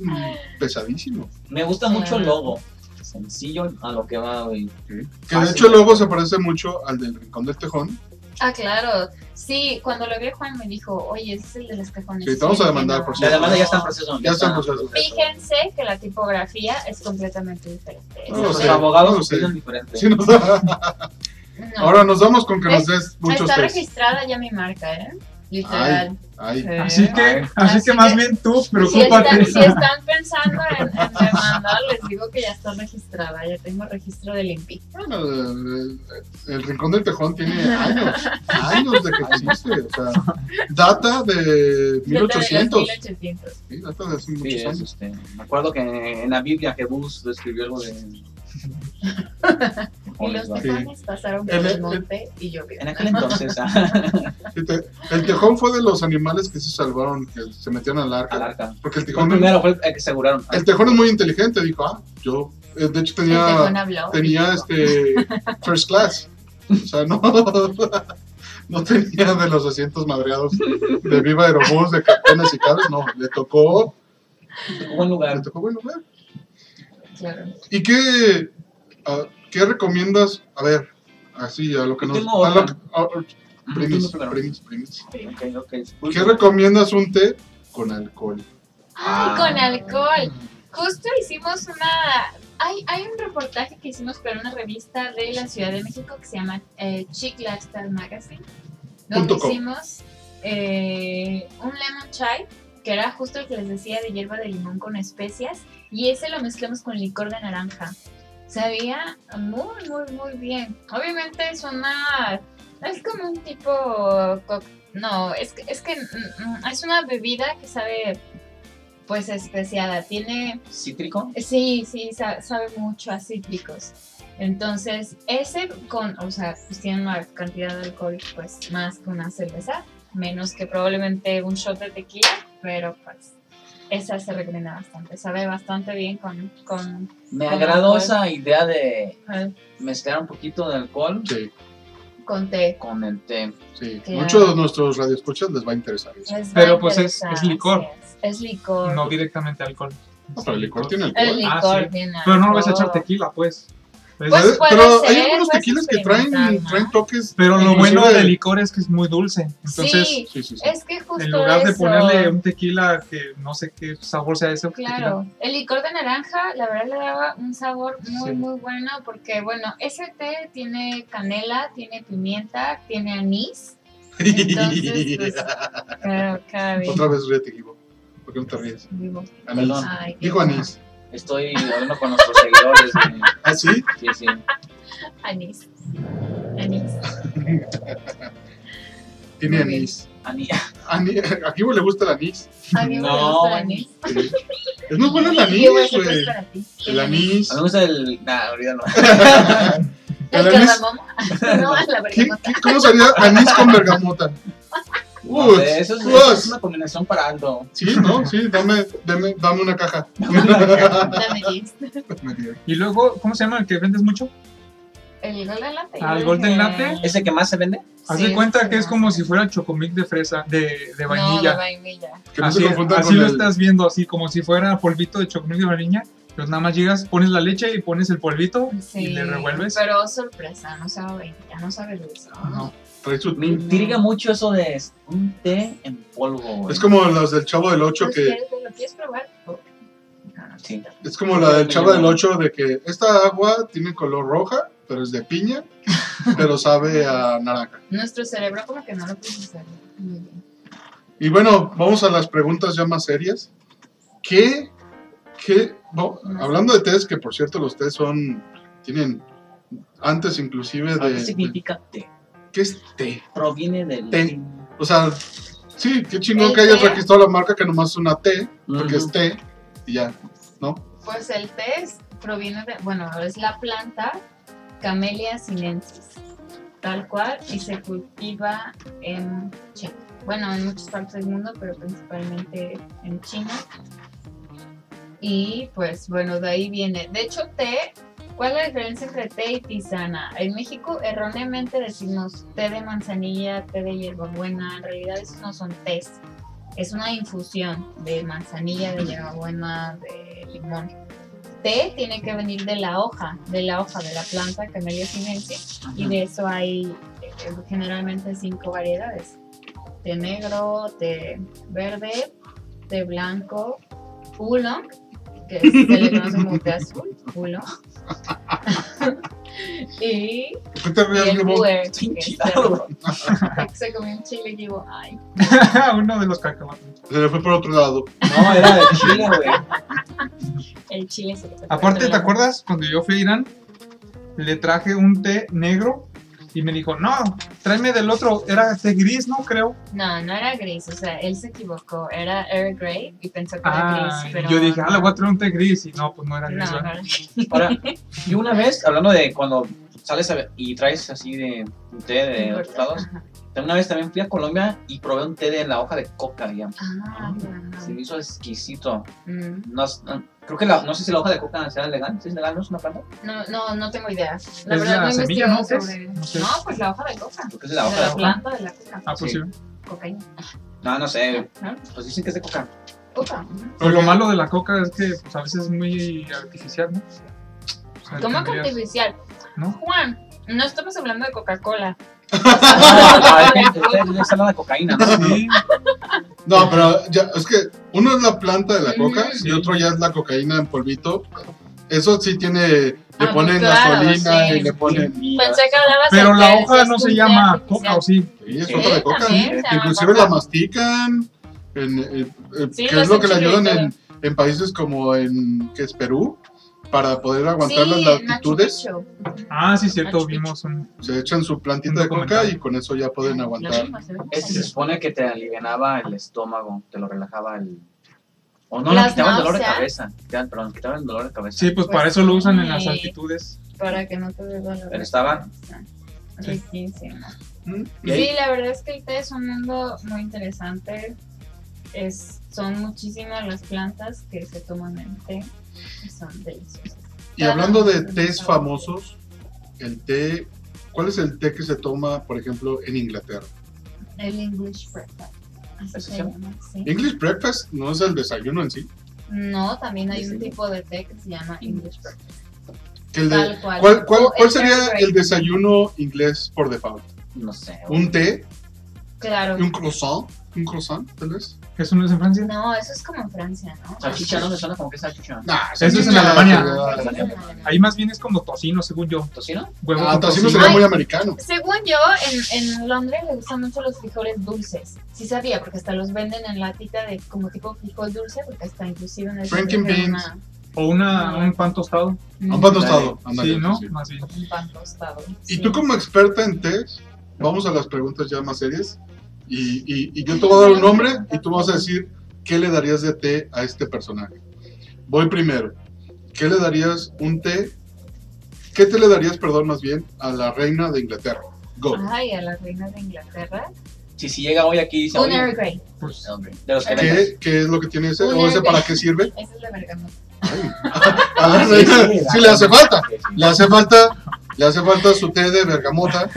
D: pesadísimo.
G: Me gusta mucho el
E: Claro.
G: logo. Sencillo a lo que va, güey.
D: Que de hecho el logo se parece mucho al del Rincón del Tejón.
E: Ah, claro. Sí, cuando lo vi Juan me dijo, oye, ese es el de los cajones.
D: Sí, te vamos a
E: Dije,
D: demandar,
E: "No".
D: por
G: La
D: cierto.
G: demanda ya está en proceso.
D: Ya está en proceso.
E: Fíjense que la tipografía es completamente diferente.
D: No lo
G: Los
D: sé, no lo
G: abogados
D: sé.
G: piden diferente.
D: Sí, nos da-
E: No.
D: Ahora nos vamos con que nos des muchos
E: Está
D: test.
E: registrada ya mi marca, ¿eh? Literal.
D: Ay,
E: Eh,
F: Así que,
G: Ay.
F: así
E: Así
F: que más
E: que-
F: bien tú,
E: si, están,
F: preocúpate.
E: si están pensando en, en demandar, les digo que ya está registrada. Ya tengo registro del INPI.
D: bueno, el, el Rincón del Tejón tiene años, años de que existe. O sea, data de
E: Data de los
D: 1800.
E: 1800.
D: Sí, data de hace
G: Sí,
D: muchos
G: es,
D: años.
G: este, me acuerdo que en la Biblia Jesús escribió algo de...
E: Y los
D: Sí.
E: tejones pasaron
D: El-
E: por
D: el-
E: el monte y yo vi.
G: En aquel entonces, ah,
D: Sí, te- El tejón fue de los animales que se salvaron, que se metieron al
G: al
D: arca.
G: arca.
D: Porque el Este
G: Fue el
D: tejón,
G: primero, fue el que aseguraron.
D: el tejón es muy inteligente, dijo, ah, yo, eh, de hecho
E: El tejón
D: tenía,
E: habló.
D: tenía este, first class. O sea, no, no tenía de los asientos madreados de Viva Aerobús, de Capitanes y Cabos, no, le tocó,
G: Un buen
D: le
G: lugar.
D: tocó buen lugar.
E: Claro.
D: ¿Y qué, ah, qué recomiendas? A ver, así, a lo que nos...
G: Tengo
D: a lo
G: otra.
D: que- a-
G: Ujú,
D: primis,
G: primero.
D: primis, primis.
G: Ok, ok.
D: ¿Qué recomiendas un té con alcohol? Ah.
E: Ay, con alcohol. Justo hicimos una. Hay, hay un reportaje que hicimos para una revista de la Ciudad de México que se llama eh, Chic Lifestyle Magazine, donde
D: Punto com.
E: hicimos eh, un lemon chai, que era justo el que les decía de hierba de limón con especias, y ese lo mezclamos con licor de naranja. Sabía muy, muy, muy bien. Obviamente es una. Es como un tipo. coc- No, es, que- es que mm, mm, es una bebida que sabe. Pues especiada. Tiene.
G: ¿Cítrico?
E: Sí, sí, sa- sabe mucho a cítricos. Entonces, ese con, o sea, pues tiene una cantidad de alcohol, pues más que una cerveza, menos que probablemente un shot de tequila, pero pues esa se recomienda bastante, sabe bastante bien con, con,
G: Me
E: Con
G: agradó
E: alcohol.
G: esa idea de
E: ah,
G: mezclar un poquito de alcohol
D: Sí,
E: con té.
G: con el té.
D: sí.
E: Claro.
D: Muchos de nuestros radioescuchas les va a interesar eso.
E: Les va
F: Pero,
E: a
F: pues, es-
E: interesar,
F: es licor.
E: así Es, Es licor.
F: No directamente alcohol.
D: No, pero el licor tiene alcohol.
E: El
F: Ah,
E: licor
F: sí.
E: tiene
F: Pero no lo vas a echar
E: alcohol.
F: tequila, pues. Es-
E: Pues,
D: ¿Sabes?
E: puede
D: Eh, pero
E: ser,
D: hay algunos
E: puedes
D: tequilas que traen,
E: experimentar, ¿no?
D: traen toques.
F: Pero lo
D: inclusive
F: bueno del licor es que es muy dulce. Entonces,
E: Sí,
D: Sí, sí, sí.
E: es que justo
F: en lugar de
E: eso.
F: ponerle un tequila que no sé qué sabor sea ese. tequila,
E: Claro, el licor de naranja, la verdad le daba un sabor muy,
F: Sí.
E: muy bueno porque, bueno, ese té tiene canela, tiene pimienta, tiene anís. Entonces, pues, cada, cada vez
D: Otra vez ríete, Gibo. ¿Por qué no te ríes?
E: digo,
D: Anís.
G: Perdón.
E: ay, qué
D: Dijo
E: bueno.
D: Anís.
G: Estoy hablando con nuestros seguidores. güey.
D: ¿Ah, sí?
G: Sí, sí.
E: Anís. Anís.
D: Tiene
E: Muy bien.
D: anís.
G: Ani-
D: Ani- A Gibo le gusta el anís.
E: A mí me
G: No,
E: gusta el
G: bueno.
E: anís.
D: Sí. Es muy bueno el
E: ¿Qué voy a
D: anís,
E: hacer
D: güey.
E: para ti?
D: El anís.
F: Ah,
G: A mí me gusta el. Nah, ahorita no.
E: ¿El
D: El anís.
E: cardamomo? No, la
D: ¿Qué-
E: bergamota.
D: qué- ¿Cómo sería anís con bergamota?
G: No,
D: Uy,
G: güey, eso, es,
D: uy.
G: eso es una combinación para algo.
D: Sí, ¿no? Sí, dame, dame, dame una caja.
E: Dame diez.
F: Y luego, ¿cómo se llama el que vendes mucho?
E: El Golden Latte.
F: Ah, el
E: yo
F: Golden
E: dije-
F: Latte.
G: ¿Es el que más se vende?
F: Haz
E: Sí,
F: de cuenta
E: sí,
F: que es
E: no.
F: como si fuera chocomilk de fresa, de, de
E: No, de
F: vainilla.
E: vainilla.
D: que no
F: así
D: se confunda
F: así
D: con
F: lo
D: el-
F: estás viendo, así como si fuera polvito de chocomilk de vainilla. Pero nada más llegas, pones la leche y pones el polvito
E: Sí,
F: y le revuelves.
E: Pero sorpresa, no sabe vainilla, no sabe dulce.
D: No, trae su-
G: Me
E: Mm.
G: intriga mucho eso de un té en polvo, güey.
D: Es como los del Chavo del Ocho
E: Pues,
D: que...
E: ¿quieres- ¿Lo quieres probar? Ah,
G: Sí.
D: Es como la del Chavo del Ocho de que esta agua tiene color roja, pero es de piña, pero sabe a naranja.
E: Nuestro cerebro como que no lo procesa. Muy bien.
D: Y bueno, vamos a las preguntas ya más serias. ¿Qué? ¿Qué? no, hablando de test, que por cierto los test son... Tienen... Antes inclusive
G: Ah,
D: de...
G: ¿Qué significa té?
D: ¿Qué es té?
G: Proviene del
D: Té.
G: latín.
D: O sea, sí, qué chingón
E: ¿El
D: que hayas
E: té?
D: registrado la marca que nomás es una T, porque
G: Ujú.
D: es T y ya, ¿no?
E: Pues el test proviene de, bueno, es la planta Camellia sinensis, tal cual, y se cultiva en China. Bueno, en muchas partes del mundo, pero principalmente en China. Y pues bueno, de ahí viene. De hecho, té, ¿cuál es la diferencia entre té y tisana? En México erróneamente decimos té de manzanilla, té de hierbabuena. En realidad esos no son tés. Es una infusión de manzanilla, de hierbabuena, de limón. Té tiene que venir de la hoja, de la hoja de la planta Camellia sinensis. Y de eso hay eh, generalmente cinco variedades. Té negro, té verde, té blanco, oolong, que se le conoce como té azul, oolong. y
D: ¿Por qué te
E: y
D: rías,
E: el
D: Globo?
E: puer,
G: Estoy
E: que es
G: enchilado.
E: este cerdo. Se comió un chile y digo, ay,
F: Uno de los cacahuates.
D: Se le fue por otro lado.
G: No, era de Chile, güey.
E: el chile se le fue por
F: Aparte,
E: otro
F: ¿te
E: lado".
F: acuerdas cuando yo fui a Irán? Le traje un té negro y me dijo, no, tráeme del otro. Era té gris, ¿no? Creo.
E: No, no era gris, o sea, él se equivocó. Era Air Grey y pensó que era
F: Ah,
E: gris. Pero
F: yo dije, ah, le voy a
E: no,
F: traer un té gris. Y no, pues no era gris.
E: no,
F: ¿verdad?
E: no era gris.
G: Ahora, yo una vez, hablando de cuando sales a- y traes así de un té de otros lados,
E: Ajá.
G: una vez también fui a Colombia y probé un té de la hoja de coca, ya.
E: Ah, ajá.
G: Se me hizo exquisito.
E: Mm.
G: No, no- creo que la, no sé si la hoja de coca sea legal. ¿Sí es legal? ¿No es una planta?
E: No, no, no tengo idea. La
F: Es
E: verdad
F: la
E: no he
F: semilla,
E: investigado
F: ¿no? ¿Qué es?
E: sobre-
F: No sé.
E: No, pues la hoja de coca.
G: Creo que es de la hoja
E: de
G: de
E: la
G: coca.
E: planta de la coca.
F: Ah, pues
G: Sí.
F: sí.
E: Cocaína.
G: No, no sé.
E: ¿No?
G: Pues dicen que es de coca.
E: Coca. ajá.
F: Pero lo malo de la coca es que pues, a veces es muy artificial, ¿no? O sea,
E: ¿Cómo que
F: Ah, tendrías-
E: artificial?
F: ¿No?
E: Juan, no estamos hablando de Coca-Cola.
G: Ah, Ustedes les hablan de cocaína, ¿no?
F: Sí,
D: No, pero ya, es que uno es la planta de la coca
E: Ujú.
D: y otro ya es la cocaína en polvito. Eso sí tiene, le
E: Ah,
D: ponen
E: claro,
D: gasolina
E: sí.
D: y le ponen...
E: Pensé que hablabas
F: pero
E: de
F: la
E: que
F: hoja
E: eso
F: no
E: es
F: se
E: un
F: llama
E: té
F: coca,
E: artificial.
F: ¿o sí?
D: Sí, es
E: Sí,
D: otra de coca.
E: también se llama
D: Inclusive
E: coca.
D: la mastican, en, en- en-
E: Sí,
D: que
E: lo
D: es lo que le
E: hacen
D: ayudan
E: chile y
D: en, en países como en que es Perú, para poder aguantar las
E: Sí, en Machu
D: latitudes.
E: Picchu.
F: Ah, sí,
E: Machu
F: cierto,
E: Picchu.
F: vimos un...
D: Se echan su
F: Un
D: plantita de coca
F: documental.
D: y con eso ya pueden
E: Lo
D: aguantar.
E: vimos, lo vimos.
G: Ese Este se supone que te alivianaba el estómago, te lo relajaba el. O no,
E: Las
G: le quitaban el dolor de
E: náuseas.
G: cabeza. Quitaban- perdón, quitaban el dolor de cabeza.
F: Sí, pues,
E: Pues
F: para eso lo usan en las
E: sí.
F: altitudes.
E: Para que no te dé dolor.
G: Pero estaba-
F: Sí.
E: Riquísimo.
D: Mm.
G: Y ahí-
E: Sí, la verdad es que el té es un mundo muy interesante. Es, son muchísimas las plantas que se toman en té y son deliciosas.
D: Y hablando de tés famosos, el té, ¿cuál es el té que se toma, por ejemplo, en Inglaterra?
E: El English breakfast. Así
G: ¿Eso
E: se
G: se llama?
E: llama, sí.
D: English breakfast no es el desayuno en sí.
E: No, también hay
G: Sí,
E: un
G: sí.
E: tipo de té que se llama English breakfast.
D: que el de,
E: Tal cual. Oh,
D: ¿cuál, cuál,
E: O
D: cuál
E: el
D: sería
E: Earl Grey.
D: el desayuno inglés por default?
G: No sé.
D: ¿Un té?
E: Claro.
D: ¿Y un croissant? ¿Un croissant, tal vez?
F: ¿Eso no es en Francia?
E: No, eso es como en Francia, ¿no?
G: Salchicha, ¿no? Me suena como que es salchicha.
D: Nah,
F: Eso es en
D: salchicha,
F: Alemania.
D: chingada.
F: Ahí más bien es como tocino, según yo.
G: ¿Tocino?
F: Huevo
D: Ah,
F: con
D: tocino
F: tocino.
D: sería muy americano.
E: Según yo, en, en Londres les gustan mucho los frijoles dulces. Sí sabía, porque hasta los venden en latita de como tipo frijol dulce, porque hasta inclusive en el
D: Franken
E: centro tienen
D: beans. Ah,
F: O una, un pan tostado.
E: una-
D: Un pan tostado. ándale,
F: Mm, Sí, ¿no?
D: sí.
F: Más bien.
E: un pan tostado.
D: Y
E: sí.
D: tú como experta en tés, vamos a las preguntas ya más serias. Y, y- y yo te voy a dar un nombre y tú vas a decir qué le darías de té a este personaje. Voy primero. ¿Qué le darías un té? ¿Qué te le darías, perdón, más bien, a la reina de Inglaterra? Go.
E: Ay, a las reinas de Inglaterra.
G: Si, si llega hoy aquí dice.
E: Un
G: oye,
E: Earl Grey.
F: Pues,
G: hombre, De los que vendes.
D: ¿Qué, qué es lo que tiene ese?
E: Un
D: ¿O ese
E: herbe.
D: para qué sirve?
E: Esa es la bergamota.
D: A la reina, Ah, sí le hace falta. Le hace falta, le hace falta su té de bergamota.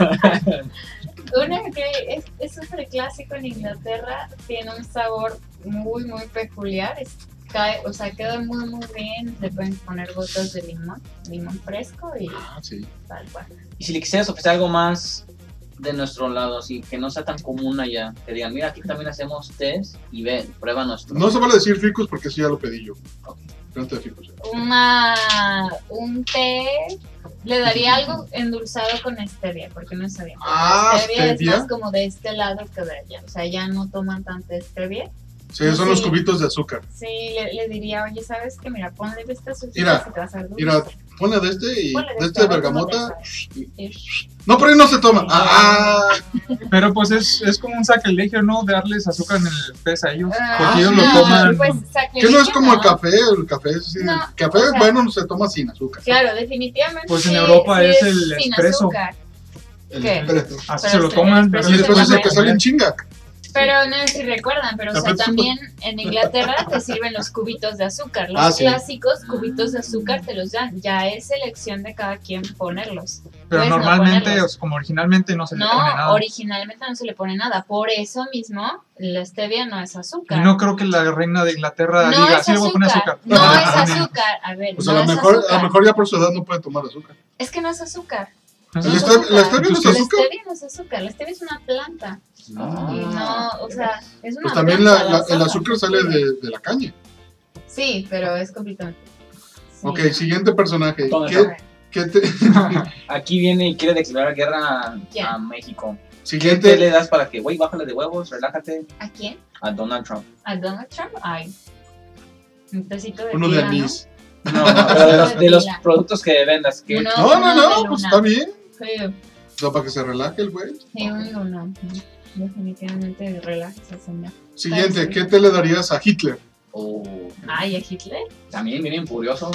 E: Un Earl Grey es- es súper clásico en Inglaterra. Tiene un sabor muy, muy peculiar. Es- cae- o sea, queda muy, muy bien. Le pueden poner gotas de limón, limón fresco y
D: Ah, sí.
E: tal cual.
G: Y si le quisieras ofrecer algo más de nuestro lado, así que no sea tan común allá, que digan, mira, aquí también hacemos test y ven, prueba nuestro.
D: No se vale decir ficus porque sí ya lo pedí yo. Planta de ficus.
E: una, un té, le daría algo endulzado con stevia, porque no sabía.
D: Ah,
E: stevia es
D: stevia.
E: más como de este lado que de allá, o sea, ya no toman tanta stevia.
D: Sí, son los
E: Sí.
D: cubitos de azúcar.
E: Sí, le, le diría, oye, ¿sabes qué? Mira, ponle de esta
D: Mira,
E: sustancia que te va a hacer dulce.
D: Mira, ponle de este y
E: Ponle
D: de este de
E: a ver cómo te
D: bergamota.
E: sabe. Y-
D: No, pero ahí no se toma. Ah,
F: pero pues es, es como un sacrilegio, ¿no? Darles azúcar en el pez a ellos.
E: Ah,
F: Porque ellos
E: no,
F: lo toman.
E: pues,
D: que no es como el
E: sacrilegio,
D: café. El café es sí,
E: No,
D: el café
E: o sea-
D: bueno, se toma sin azúcar.
E: Claro, definitivamente.
F: Pues en
E: sí,
F: Europa
E: sí
F: es el
E: sin
F: espresso.
E: azúcar.
D: El
E: ¿Qué?
D: espresso.
F: Así
E: Pero
F: se lo
E: sí,
F: toman.
E: pero
D: El
E: sí se
D: espresso es el
E: toma
D: que sale en chinga.
E: Pero no sé si recuerdan, pero o sea,
D: Aparte es un-
E: también en Inglaterra te sirven los cubitos de azúcar. Los
D: Ah, sí.
E: clásicos cubitos de azúcar te los dan. Ya es elección de cada quien ponerlos.
F: Pero
E: Pues no,
F: normalmente,
E: ponerlos.
F: o sea, como originalmente, no se le pone
E: No,
F: nada.
E: originalmente no se le pone nada. Por eso mismo, la stevia no es azúcar.
F: Y no creo que la reina de Inglaterra
E: No
F: diga,
E: es
F: sí, le voy a poner azúcar.
E: azúcar. No
F: le
E: es
F: ponen.
E: azúcar. A ver,
D: O sea,
E: no
D: Pues a, lo
E: es
D: mejor, a
E: azúcar.
D: lo mejor ya por su edad no puede tomar azúcar.
E: Es que no es azúcar.
F: No
D: ¿El
E: No
F: sé.
E: es
D: stevia- la
E: azúcar.
D: stevia
E: este,
D: no es
E: La
D: azúcar?
E: stevia no es azúcar. La stevia es una planta.
G: Ah.
E: no, o sea, es una
D: Pues también la-
E: planta.
D: la- el
E: hoja.
D: azúcar sale de, de la caña.
E: Sí, pero es completamente. sí.
D: Ok, siguiente personaje.
G: Toma,
D: ¿Qué,
G: toma.
D: qué te-
G: Aquí viene y quiere declarar guerra a,
E: ¿Quién?
G: a México. ¿Qué te
D: siguiente.
G: le das para que, güey, bájale de huevos, relájate
E: ¿A quién?
G: a Donald Trump?
E: ¿A Donald Trump? Ay. Un tecito de
D: Uno de
E: tila, ¿no?
D: anís.
G: No, no, pero de los, de los productos que vendas, que
E: Uno-
D: No, no,
E: uno de
D: no,
E: luna.
D: pues está bien.
E: Sí,
D: O sea, para que se relaje el güey.
E: sí, un luna. Definitivamente relájese, señor.
D: Siguiente,
E: sí.
D: ¿qué te le darías a Hitler?
G: Oh,
E: Ay, ¿a Hitler? Pues
G: también viene furioso.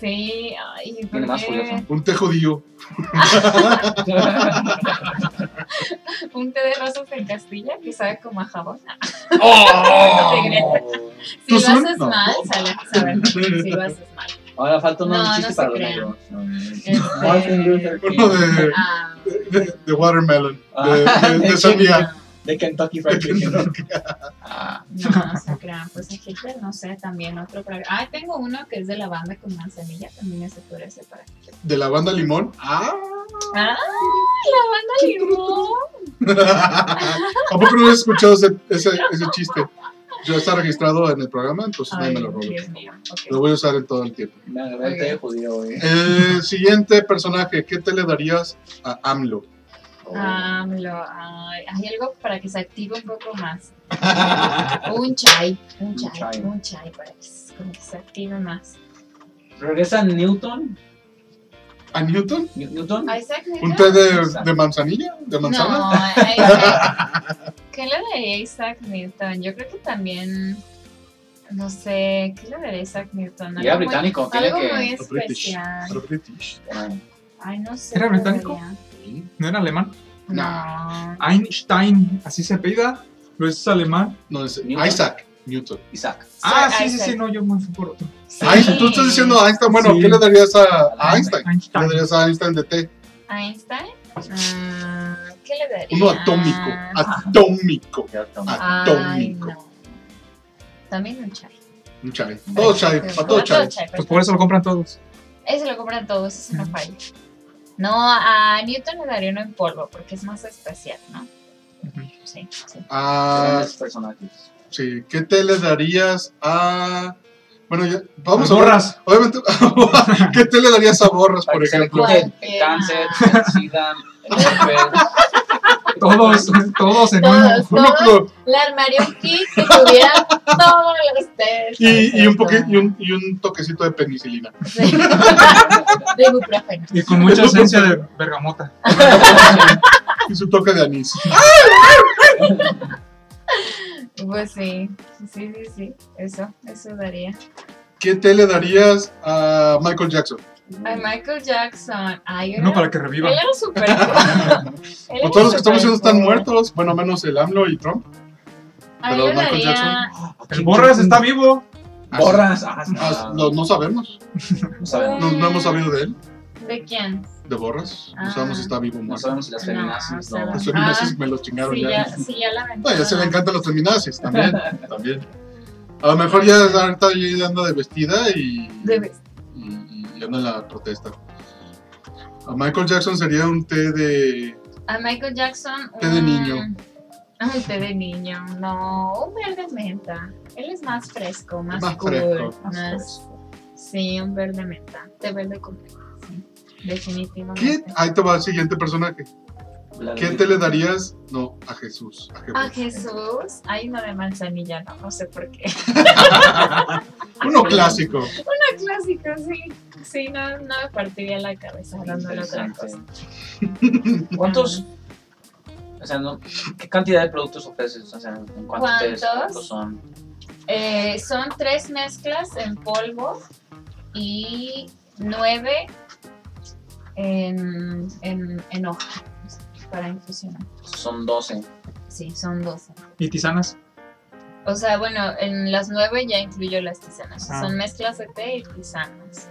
E: Sí, ay, ¿por
G: Viene más
E: qué?
G: furioso.
D: Un té judío.
E: Un té de rosas en Castilla que sabe como a jabón. Ah,
D: ¡Oh!
E: Si
D: ¿Tú
E: lo
D: son?
E: haces
D: No.
E: mal, sale a saber mal. Si lo haces mal.
G: Ahora falta uno
E: No, no
G: chiste
E: se
G: para los
E: crean.
G: negros.
E: Este-
G: Martin Luther King.
D: Uno de,
E: Ah,
D: de, de watermelon,
G: Ah,
D: de, de, de sandía.
G: De Kentucky Fried Chicken. Ah,
E: no, no se crean. Pues a Hitler, no sé, también otro. para- Ah, tengo uno que es de lavanda con manzanilla. También ese ese para Hitler.
D: De la banda limón. ¡Ah!
E: ¡Ay, lavanda limón!
D: ¿A poco no has escuchado ese, ese, ese chiste? Yo está registrado en el programa, entonces nadie
E: Ay,
D: me lo robó.
E: Dios mío.
D: Lo
E: ok.
D: voy a usar en todo el tiempo.
G: me agarré el té de judío, güey.
D: Eh, siguiente personaje, ¿qué te le darías a AMLO?
G: Oh.
E: Ah, me lo- ay, hay algo para que se active un poco más. un chai, un chai,
G: chai.
E: un chai para que, se- como que se active más.
G: Regresa Newton.
D: ¿A Newton?
G: New- Newton.
E: Isaac
D: ¿Un té
E: Newton.
D: de, de manzanilla? ¿De manzana?
E: No, Isaac- ¿qué le daría a Isaac Newton? Yo creo que también, no sé, ¿qué le daría a Isaac Newton?
G: Y era
E: Algo muy-
G: británico, tiene
E: Algo muy
G: que.
D: British.
E: especial.
D: Pero British.
E: Ay, no sé.
F: ¿Era
E: qué le
F: británico?
E: daría.
F: No era alemán.
E: No.
F: Einstein, así se apellida. Pero es alemán.
D: No, es
G: Newton.
D: Isaac Newton.
G: Isaac.
F: Ah, sí, sí,
E: Isaac.
F: sí, no, yo me fui por otro.
E: Sí.
D: Einstein, tú estás diciendo a Einstein, bueno,
F: Sí.
D: ¿qué le darías a, a Einstein? ¿Qué le
F: Einstein.
D: darías a Einstein de té?
E: Einstein. Ah, ¿Qué le daría? Ah,
D: Uno atómico, atómico,
E: Ay,
D: atómico.
E: no. También un chai.
D: Un chai, todo chai,
E: Pero-
D: para todo
E: Todo
D: chai.
E: chai, pero-
F: Pues por eso lo compran todos.
E: Ese lo compran todos, eso no falla. No, a Newton le daría uno en polvo porque es más especial, ¿no?
F: Ujú.
E: Sí, sí.
G: Son
D: Ah,
G: los personajes.
D: sí. ¿Qué té le darías a. Bueno, ya, vamos
F: A
D: a.
F: borras.
D: Obviamente. ¿Qué té le darías a borras,
G: Para
D: por
G: que se le
D: ejemplo?
G: quite el- el
E: Cualquiera.
G: cáncer, el sida, el herpes.
F: Todos, todos en uno.
E: Todos,
D: Uno
E: todos.
D: clor-
E: Le armaría un kit que tuviera todos los test.
D: y, y, un poqui- y, un, y un toquecito de penicilina.
E: Sí. De ibuprofeno.
F: Y con mucha esencia de bergamota.
D: Y su toque de anís.
E: Pues sí, sí, sí, sí. Eso, eso daría.
D: ¿Qué té le darías a Michael Jackson?
E: Ay, Michael Jackson. Ay,
F: Uno
E: era-
F: para que reviva.
E: Él era súper cool. Él era
D: Pues todos los que estamos
E: súper
D: haciendo están
E: cool.
D: muertos. Bueno, menos el AMLO y Trump.
E: Ay,
D: pero
E: yo
D: Michael
E: daría-
D: Jackson.
F: El borras está vivo.
G: Borras. Ah,
D: Ah,
G: no,
D: lo- no sabemos.
G: no sabemos.
D: No, no hemos sabido de él,
E: ¿De quién?
D: de Borras. No
E: Ah.
D: sabemos si está vivo o
G: No
D: muerto.
G: sabemos si las feminazis
E: No, no
G: no.
D: Las
E: sabemos.
D: feminazis
E: Ah,
D: me los chingaron
E: Sí,
D: ya.
E: ya, sí, ya la
D: No, ya se le
E: aventaron.
D: encantan las feminazis también. también. A lo mejor ya ahorita ya anda de vestida y,
E: Debes.
D: y, y anda en la protesta. A Michael Jackson sería un té de.
E: A Michael Jackson.
D: Té de
E: un-
D: niño.
E: Ah, Un té de niño. No, un verde menta. Él es más fresco, más,
D: Más
E: cool.
D: fresco.
E: Más, Sí, un verde menta. Té verde con sí,
D: ¿Qué? Ah,
E: Definitivamente.
D: Ahí te va el siguiente personaje. ¿Qué té le darías? No, a Jesús. A Jesús.
E: A Ah, Jesús. Hay uno de manzanilla, no, no sé por qué.
D: Uno clásico.
E: clásico, sí. Sí, no, no me partiría la cabeza hablando de otra cosa.
G: ¿Cuántos? O sea, no, ¿qué cantidad de productos ofreces? O sea, ¿en cuántos, tés?
E: ¿Cuántos?
G: ¿Cuántos son?
E: Eh, son tres mezclas en polvo y nueve en, en, en hoja para infusionar.
G: Son 12.
E: Sí, son 12.
F: Y tisanas.
E: O sea, bueno, en las nueve ya incluyo las tisanas.
F: Ah.
E: Son mezclas de té y tisanas.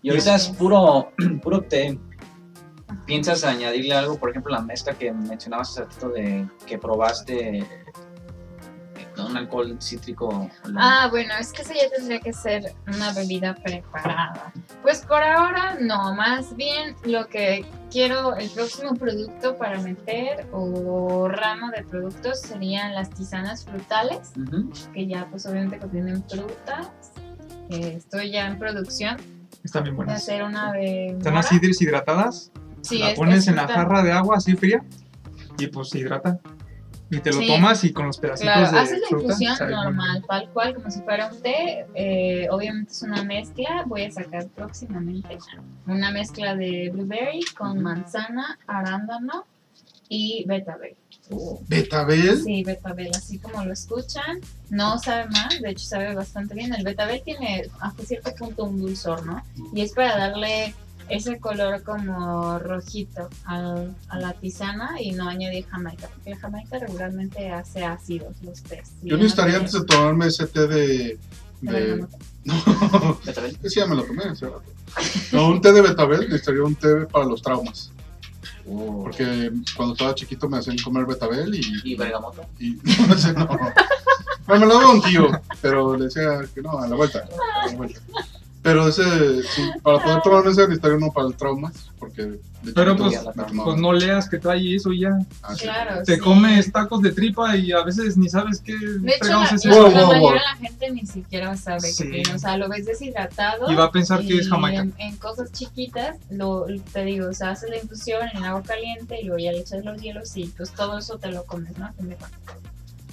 G: Y ahorita es
E: Así es.
G: puro, puro té. ¿Piensas añadirle algo? Por ejemplo, la mezcla que mencionabas hace ratito de que probaste eh, un alcohol cítrico.
E: Ah, bueno, es que eso ya tendría que ser una bebida preparada. Pues por ahora no, más bien lo que quiero, el próximo producto para meter o ramo de productos serían las tisanas frutales,
G: Ujú.
E: que ya pues obviamente contienen frutas. Eh, estoy ya en producción
F: Están bien
E: de
F: buenas.
E: hacer una de...
F: Están
E: mora.
F: así deshidratadas.
E: Sí, es
F: la
E: que
F: pones
E: es
F: en la
E: fruta.
F: jarra de agua así fría y pues se hidrata. Y te lo
E: Sí.
F: tomas y con los pedacitos
E: Claro,
F: de
E: haces la
F: fruta.
E: infusión
F: sabe muy
E: normal, tal cual, como si fuera un té. eh, obviamente es una mezcla, voy a sacar próximamente una mezcla de blueberry con manzana, arándano y betabel.
F: Oh.
D: Betabel.
E: Sí, betabel, así como lo escuchan, no sabe más, de hecho sabe bastante bien. El betabel tiene hasta cierto punto un dulzor, ¿no? Y es para darle ese color como rojito al- a la tisana y no añadir jamaica, porque la jamaica regularmente hace ácidos los tés. Y
D: Yo
E: no
D: necesitaría
E: tiene-
D: antes de tomarme ese té de. de... No.
G: ¿Ya te ven?
D: Sí, ya me lo tomé hace rato. No, un té de betabel, necesitaría un té para los traumas. Porque cuando estaba chiquito me hacían comer betabel Oh. y.
G: ¿Y bergamoto?
D: y- no sé, no. Bueno, me lo daba un tío, pero le decía que no, a la vuelta. a la vuelta. Pero ese, sí, para poder tomarme ese necesitaría uno para los traumas, porque de
F: Pero
D: chiquito
G: pues-
D: me tomaba.
F: Pues no leas que trae eso y ya.
D: Ah, sí.
E: Claro,
F: Te
E: sí.
F: comes tacos de tripa y a veces ni sabes qué
E: De hecho, la,
F: fregados es
E: la-
F: eso.
D: Wow,
E: la
D: wow,
E: mayoría
D: wow.
E: de la gente ni siquiera sabe
F: Sí.
E: que tiene. O sea, lo ves deshidratado.
F: Y va a pensar que
E: y
F: es jamaica.
E: En, en cosas chiquitas, lo, te digo, o sea, haces la infusión en agua caliente y luego ya le echas los hielos y pues todo eso te lo comes, ¿no? Te me-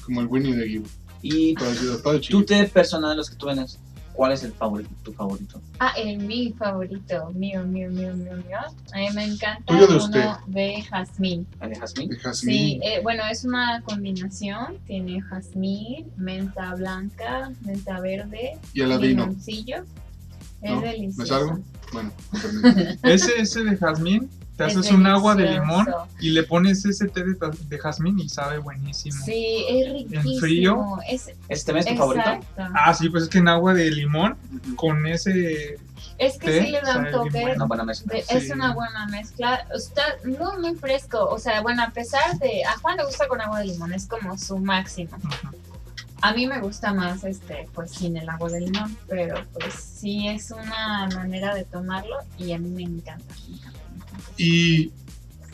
D: Como el Winnie de Gibb,
G: Y
D: pero yo estaba
G: tu
D: chiquito.
G: té personal, los que tú vendes, ¿cuál es el favorito, tu favorito?
E: Ah, el mi favorito, mío, mío, mío, mío, mío. A mí me encanta
D: Tuyo de usted.
E: uno de jazmín.
G: ¿El de jazmín?
D: De jazmín.
E: Sí, eh, bueno, es una combinación. Tiene jazmín, menta blanca, menta verde,
D: Y Aladino.
E: limoncillo. Es
D: ¿No?
E: delicioso.
D: ¿Me salgo? Bueno, termino.
F: Ese, ese de jazmín, te
E: Es
F: haces un agua de
E: delicioso.
F: limón y le pones ese té de, ta- de jazmín y sabe buenísimo.
E: Sí, es riquísimo.
F: frío?
E: Es,
G: ¿Este también es tu favorito?
E: exacto.
F: Ah, sí, pues es que en agua de limón con ese...
E: Es que
F: té
E: sí le da
F: sabe
E: un
F: bien
E: toque.
F: bueno.
G: Una buena mezcla.
E: de-
F: Sí.
E: Es una buena mezcla. Está muy, muy fresco. O sea, bueno, a pesar de. A Juan le gusta con agua de limón, es como su máximo. A mí me gusta más, este, pues sin el agua de limón, pero pues sí es una manera de tomarlo y a mí me encanta. me encanta, me encanta.
D: Y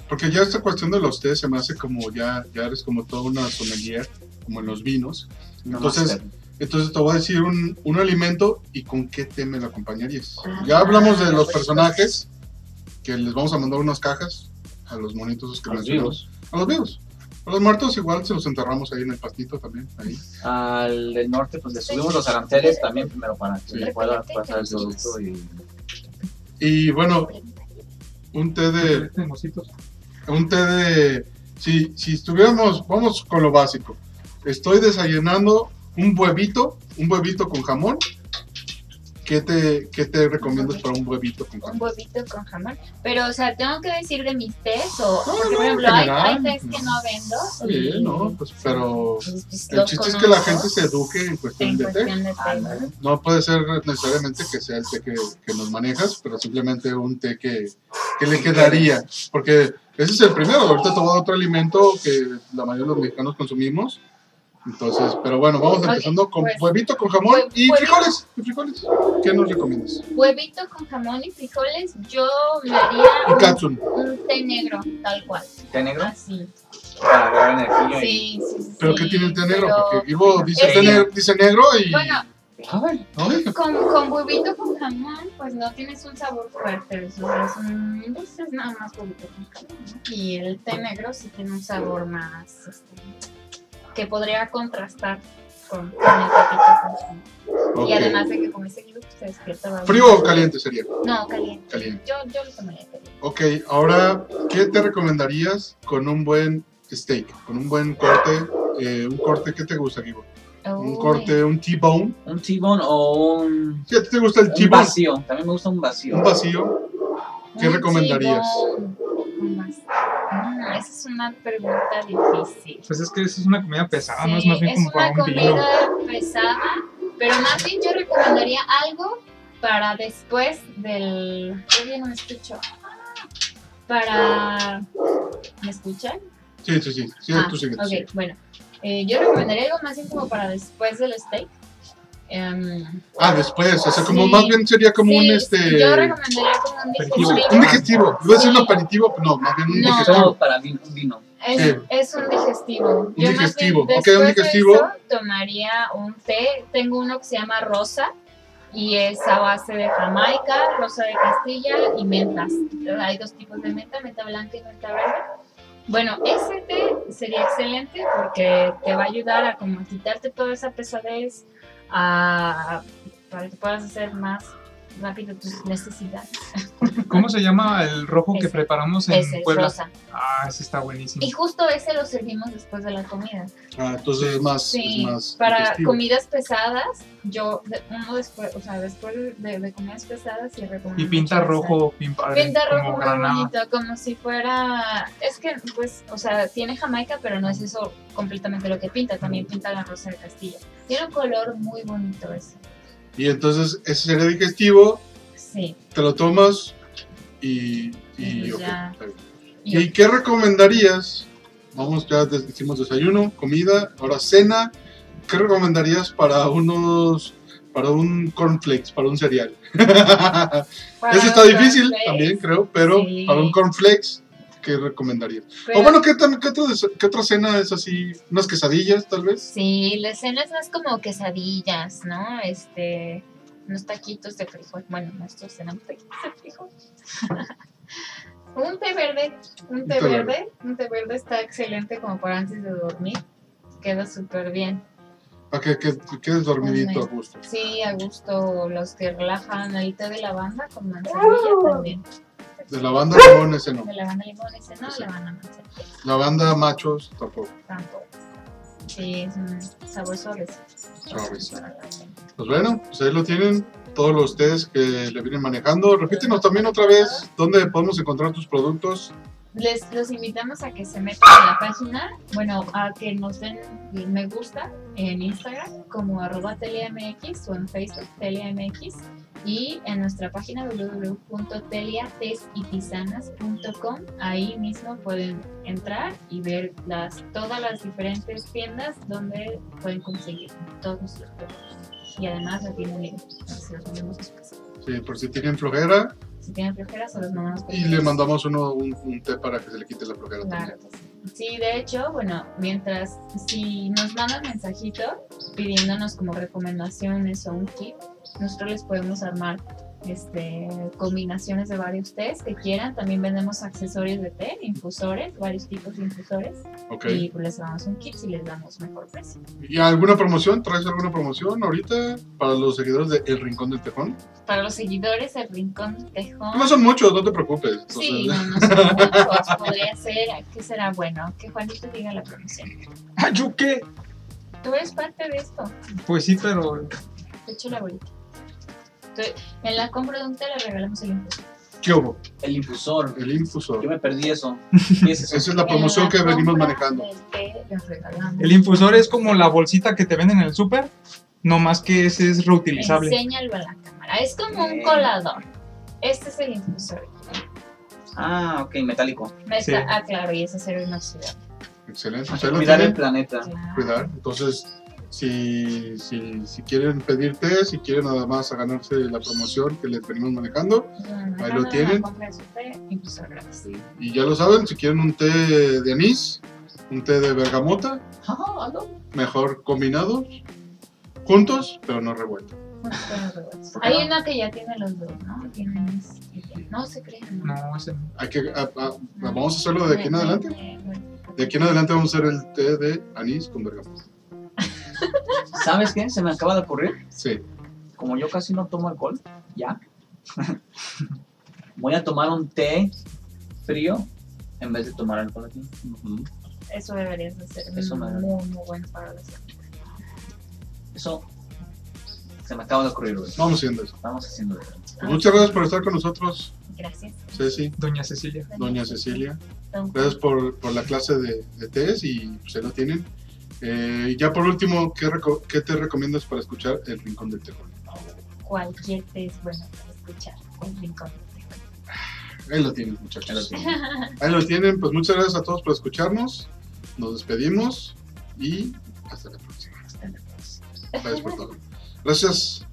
D: porque ya esta cuestión de los tés se me hace como ya, ya eres como toda una sommelier, como en los vinos.
G: No
D: Entonces,
G: más,
D: entonces te voy a decir un, un alimento y con qué té me lo acompañarías.
E: Ah,
D: Ya hablamos de los
E: pues,
D: personajes, que les vamos a mandar unas cajas a los monitos esos que
G: a los
D: mencionamos.
G: vivos.
D: A los vivos. A los muertos igual se los enterramos ahí en el pastito también, ahí.
G: Al del norte, pues le subimos los aranceles también primero para que
D: Sí.
G: le pueda pasar el producto y
D: Y bueno, un té de
F: Mocitos.
D: un té de... Si, si estuviéramos, vamos con lo básico. Estoy desayunando un huevito, un huevito con jamón. ¿Qué te, qué te recomiendas para un huevito con
E: Un
D: jamón?
E: huevito con jamón. Pero, o sea, tengo que decir de mis tés o.
D: No,
E: porque,
D: no, en
E: por ejemplo, hay,
D: general.
E: hay tés que no vendo.
D: Está bien, ¿no? Pues, pero
E: Pues, pues,
D: el
E: los
D: chiste es que la
E: conozco
D: gente se eduque en cuestión
E: En
D: de té.
E: cuestión de té.
G: Ándale.
D: No puede ser necesariamente que sea el té que, que nos manejas, pero simplemente un té que, que le quedaría. Porque ese es el primero. Ahorita te voy a dar otro alimento que la mayoría de los mexicanos consumimos. Entonces, pero bueno, vamos
E: Ok,
D: empezando con
E: pues,
D: huevito con jamón
E: hue-
D: y
E: huevito.
D: frijoles. ¿Y frijoles? ¿Qué nos recomiendas?
E: Huevito con jamón y frijoles, yo me haría
D: Y
E: un,
D: katsun.
E: un té negro, tal cual.
G: té negro
E: Así.
G: para agarrar energía. y-
E: Sí, sí, sí.
D: ¿Pero qué tiene el té negro?
E: pero-
D: Porque Ivo dice,
E: es
D: té
E: que-
D: negro, dice negro y...
E: Bueno,
G: Ay,
D: Ay,
E: con, con huevito con jamón, pues no tienes un sabor fuerte. o sea, es un- pues, es nada más huevito con jamón. ¿no? Y el té negro sí tiene un sabor más. este, que podría contrastar con, con el huevito con jamón.
D: ok.
E: Y además de que come seguido, pues se despierta. bastante.
D: ¿Frío o caliente sería?
E: No, caliente.
D: Caliente.
E: Yo, yo lo tomaría caliente.
D: Ok, ahora, ¿qué te recomendarías con un buen steak? Con un buen corte, eh, un corte, ¿qué te gusta, Gibo? Un
E: Uy.
D: corte, un T-bone.
G: un tibón o un,
D: ¿Sí, ¿A ti te gusta el
G: un
D: T-bone?
G: vacío. También me gusta un vacío.
D: Un vacío. ¿Qué
E: Un
D: recomendarías?
E: chibón. Un vas- Mm, esa es una pregunta difícil.
F: Pues es que eso es una comida pesada, Ah, no es
E: Sí,
F: más bien
E: es
F: como para
E: una
F: un vino.
E: comida pesada, pero más bien yo recomendaría algo para después del. Oye, no me escucho. Para. ¿Me escuchan?
D: Sí, sí, sí. sí
E: Ah,
D: tú sigue, tú
E: ok,
D: sigue.
E: bueno. Eh, yo recomendaría algo más bien como para después del steak. Em,
D: Ah, después. O sea, como
E: Sí.
D: más bien sería como
E: sí,
D: un este.
E: Yo recomendaría como un
F: Aperitivo.
E: digestivo.
D: Un digestivo. Iba a decir un
E: Sí.
D: aperitivo, pero no, más bien un
E: No.
D: digestivo.
G: Todo para vino, un vino.
E: Es,
D: Sí.
E: es un digestivo. Un
D: digestivo, ok, un digestivo.
E: digestivo. tomaría un té. Tengo uno que se llama rosa y es a base de jamaica, rosa de castilla y mentas. Hay dos tipos de menta, menta blanca y menta verde. Bueno, ese té sería excelente porque te va a ayudar a como quitarte toda esa pesadez, a- para que puedas hacer más rápido tus necesidades.
F: ¿Cómo se llama el rojo que
E: Ese.
F: preparamos en
E: Ese es
F: Puebla?
E: rosa.
F: Ah, ese está buenísimo.
E: Y justo ese lo servimos después de la comida.
D: Ah, entonces es más.
E: Sí,
D: es más
E: para
D: digestivo.
E: comidas pesadas, yo, de- uno después, o sea, después de- de, de comidas pesadas sí recomiendo.
F: Y pinta
E: mucho
F: rojo, bien
E: esa.
F: padre,
E: Pinta rojo
F: como
E: muy
F: granada.
E: bonito, como si fuera, es que, pues, o sea, tiene Jamaica, pero no es eso completamente lo que pinta, también pinta la rosa de Castilla. Tiene un color muy bonito ese,
D: Y entonces ese sería digestivo,
E: sí.
D: te lo tomas y. y
E: Y
D: ok,
E: ya.
D: está bien.
E: Y-
D: ¿Y qué recomendarías? Vamos, ya des- hicimos desayuno, comida, ahora cena. ¿Qué recomendarías para unos, para un cornflakes, para un cereal?
E: para
D: Ese está
E: los
D: difícil
E: cornflakes,
D: también, creo, pero
E: Sí.
D: para un cornflakes, ¿qué recomendarías?
E: pero-
D: o bueno, ¿qué, tan- qué otro des- qué otra cena es así? ¿Unas quesadillas, tal vez?
E: Sí, la cena es más como quesadillas, ¿no? Este, unos taquitos de frijol. Bueno, nosotros cenamos taquitos de frijol. un té verde, un té
D: té verde.
E: verde, un té verde está excelente como para antes de dormir. Queda súper bien.
D: Para que que- que quedes dormidito a gusto.
E: Sí, a gusto, los que relajan, el té de lavanda con manzanilla también.
D: De la banda limón, ese no.
E: De lavanda limón, ese no,
D: Sí.
E: lavanda manzanilla,
D: La banda machos, tampoco.
E: tanto. Sí, es un sabor suave.
D: Suavecito. Pues bueno, pues ahí lo tienen todos los test que le vienen manejando. Repítenos también otra vez dónde podemos encontrar tus productos
E: les los invitamos a que se metan a la página, bueno, a que nos den me gusta en Instagram como arroba TeliaMX o en Facebook TeliaMX y en nuestra página www.teliatesitisanas.com ahí mismo pueden entrar y ver las todas las diferentes tiendas donde pueden conseguir todos nuestros productos y además la tienen libros, se los mandamos después.
D: Sí, por si tienen flojera.
E: Si tienen flojera, se los mandamos por
D: Y le
E: correo.
D: mandamos uno, un, un té para que se le quite la flojera
E: Claro
D: también.
E: que sí. Sí, de hecho, bueno, mientras, si nos mandan mensajito pidiéndonos como recomendaciones o un tip, nosotros les podemos armar este, combinaciones de varios tés que quieran. También vendemos accesorios de té, infusores, varios tipos de infusores.
D: Ok.
E: Y pues les damos un kit si les damos mejor precio.
D: ¿Y alguna promoción? ¿Traes alguna promoción ahorita para los seguidores de El Rincón del Tejón?
E: Para los seguidores, el Rincón Tejón.
D: No son muchos, no te preocupes. O
E: Sí,
D: sea,
E: no, no son muchos. Podría ser, ¿qué será bueno? Que Juanito diga la promoción.
F: ¡Ah, yo qué!
E: Tú eres parte de esto.
F: Pues sí, pero.
E: De hecho, la abuelita. Entonces, en la compra de un té le regalamos el impuesto.
D: ¿Qué hubo?
G: El infusor.
D: El
G: Yo
D: infusor.
G: me perdí eso. ¿Qué es
D: Esa
G: eso?
D: es la promoción que venimos manejando.
E: El té les regalamos.
F: El infusor es como la bolsita que te venden en el súper, no más que ese es reutilizable.
E: Enséñalo a la cámara. Es como un
G: Eh.
E: colador. Este es el infusor.
G: Ah, ok, metálico.
E: Meta,
F: Sí.
E: Ah, claro, y es acero inoxidable.
D: Excelente.
G: Hay
D: Ustedes
G: que
D: lo
G: Cuidar el
D: tienen.
G: planeta.
E: Claro.
D: Cuidar. Entonces, si, si, si quieren pedirte, si quieren nada más a ganarse la promoción que les venimos manejando,
E: Bueno,
D: Ahí
E: dejando
D: lo tienen.
E: La compra de su té, infusor gratis.
D: y ya lo saben, si quieren un té de anís, un té de bergamota,
G: Ah, ¿no?
D: mejor combinados, juntos, pero no revueltos.
E: Bueno, pero regalos.
G: ¿Por qué
E: Hay
G: no?
E: una que ya tiene los dos, ¿no? Tienen ese- No se crean. ¿no?
F: No, ese no.
D: Hay que, a- a- vamos a hacerlo de aquí en
E: Me- me-
D: adelante.
E: me- me-
D: De aquí en adelante vamos a hacer el té de anís con bergamota.
G: ¿Sabes qué? Se me acaba de ocurrir.
D: Sí.
G: Como yo casi no tomo alcohol, ya. Voy a tomar un té frío en vez de tomar alcohol aquí. Ujú.
E: Eso deberías de hacer.
G: Eso me-
E: muy, muy bueno para los
G: Eso se me acaba de ocurrir, güey.
D: Vamos haciendo eso.
G: Estamos haciendo eso.
D: Pues muchas gracias por estar con nosotros,
E: Gracias.
D: Ceci,
F: Doña Cecilia.
D: doña Cecilia.
E: Don Juan.
D: Gracias por, por la clase de, de tés y pues, se lo tienen. Eh, y ya por último, ¿qué, reco- qué te recomiendas para escuchar El Rincón del Tejón?
E: Cualquier té es bueno para escuchar. El rincón del té.
D: Ahí lo tienen, muchachos. Ahí lo tienen. Ahí lo tienen. Pues muchas gracias a todos por escucharnos. Nos despedimos y hasta la próxima. Gracias por todo. Gracias.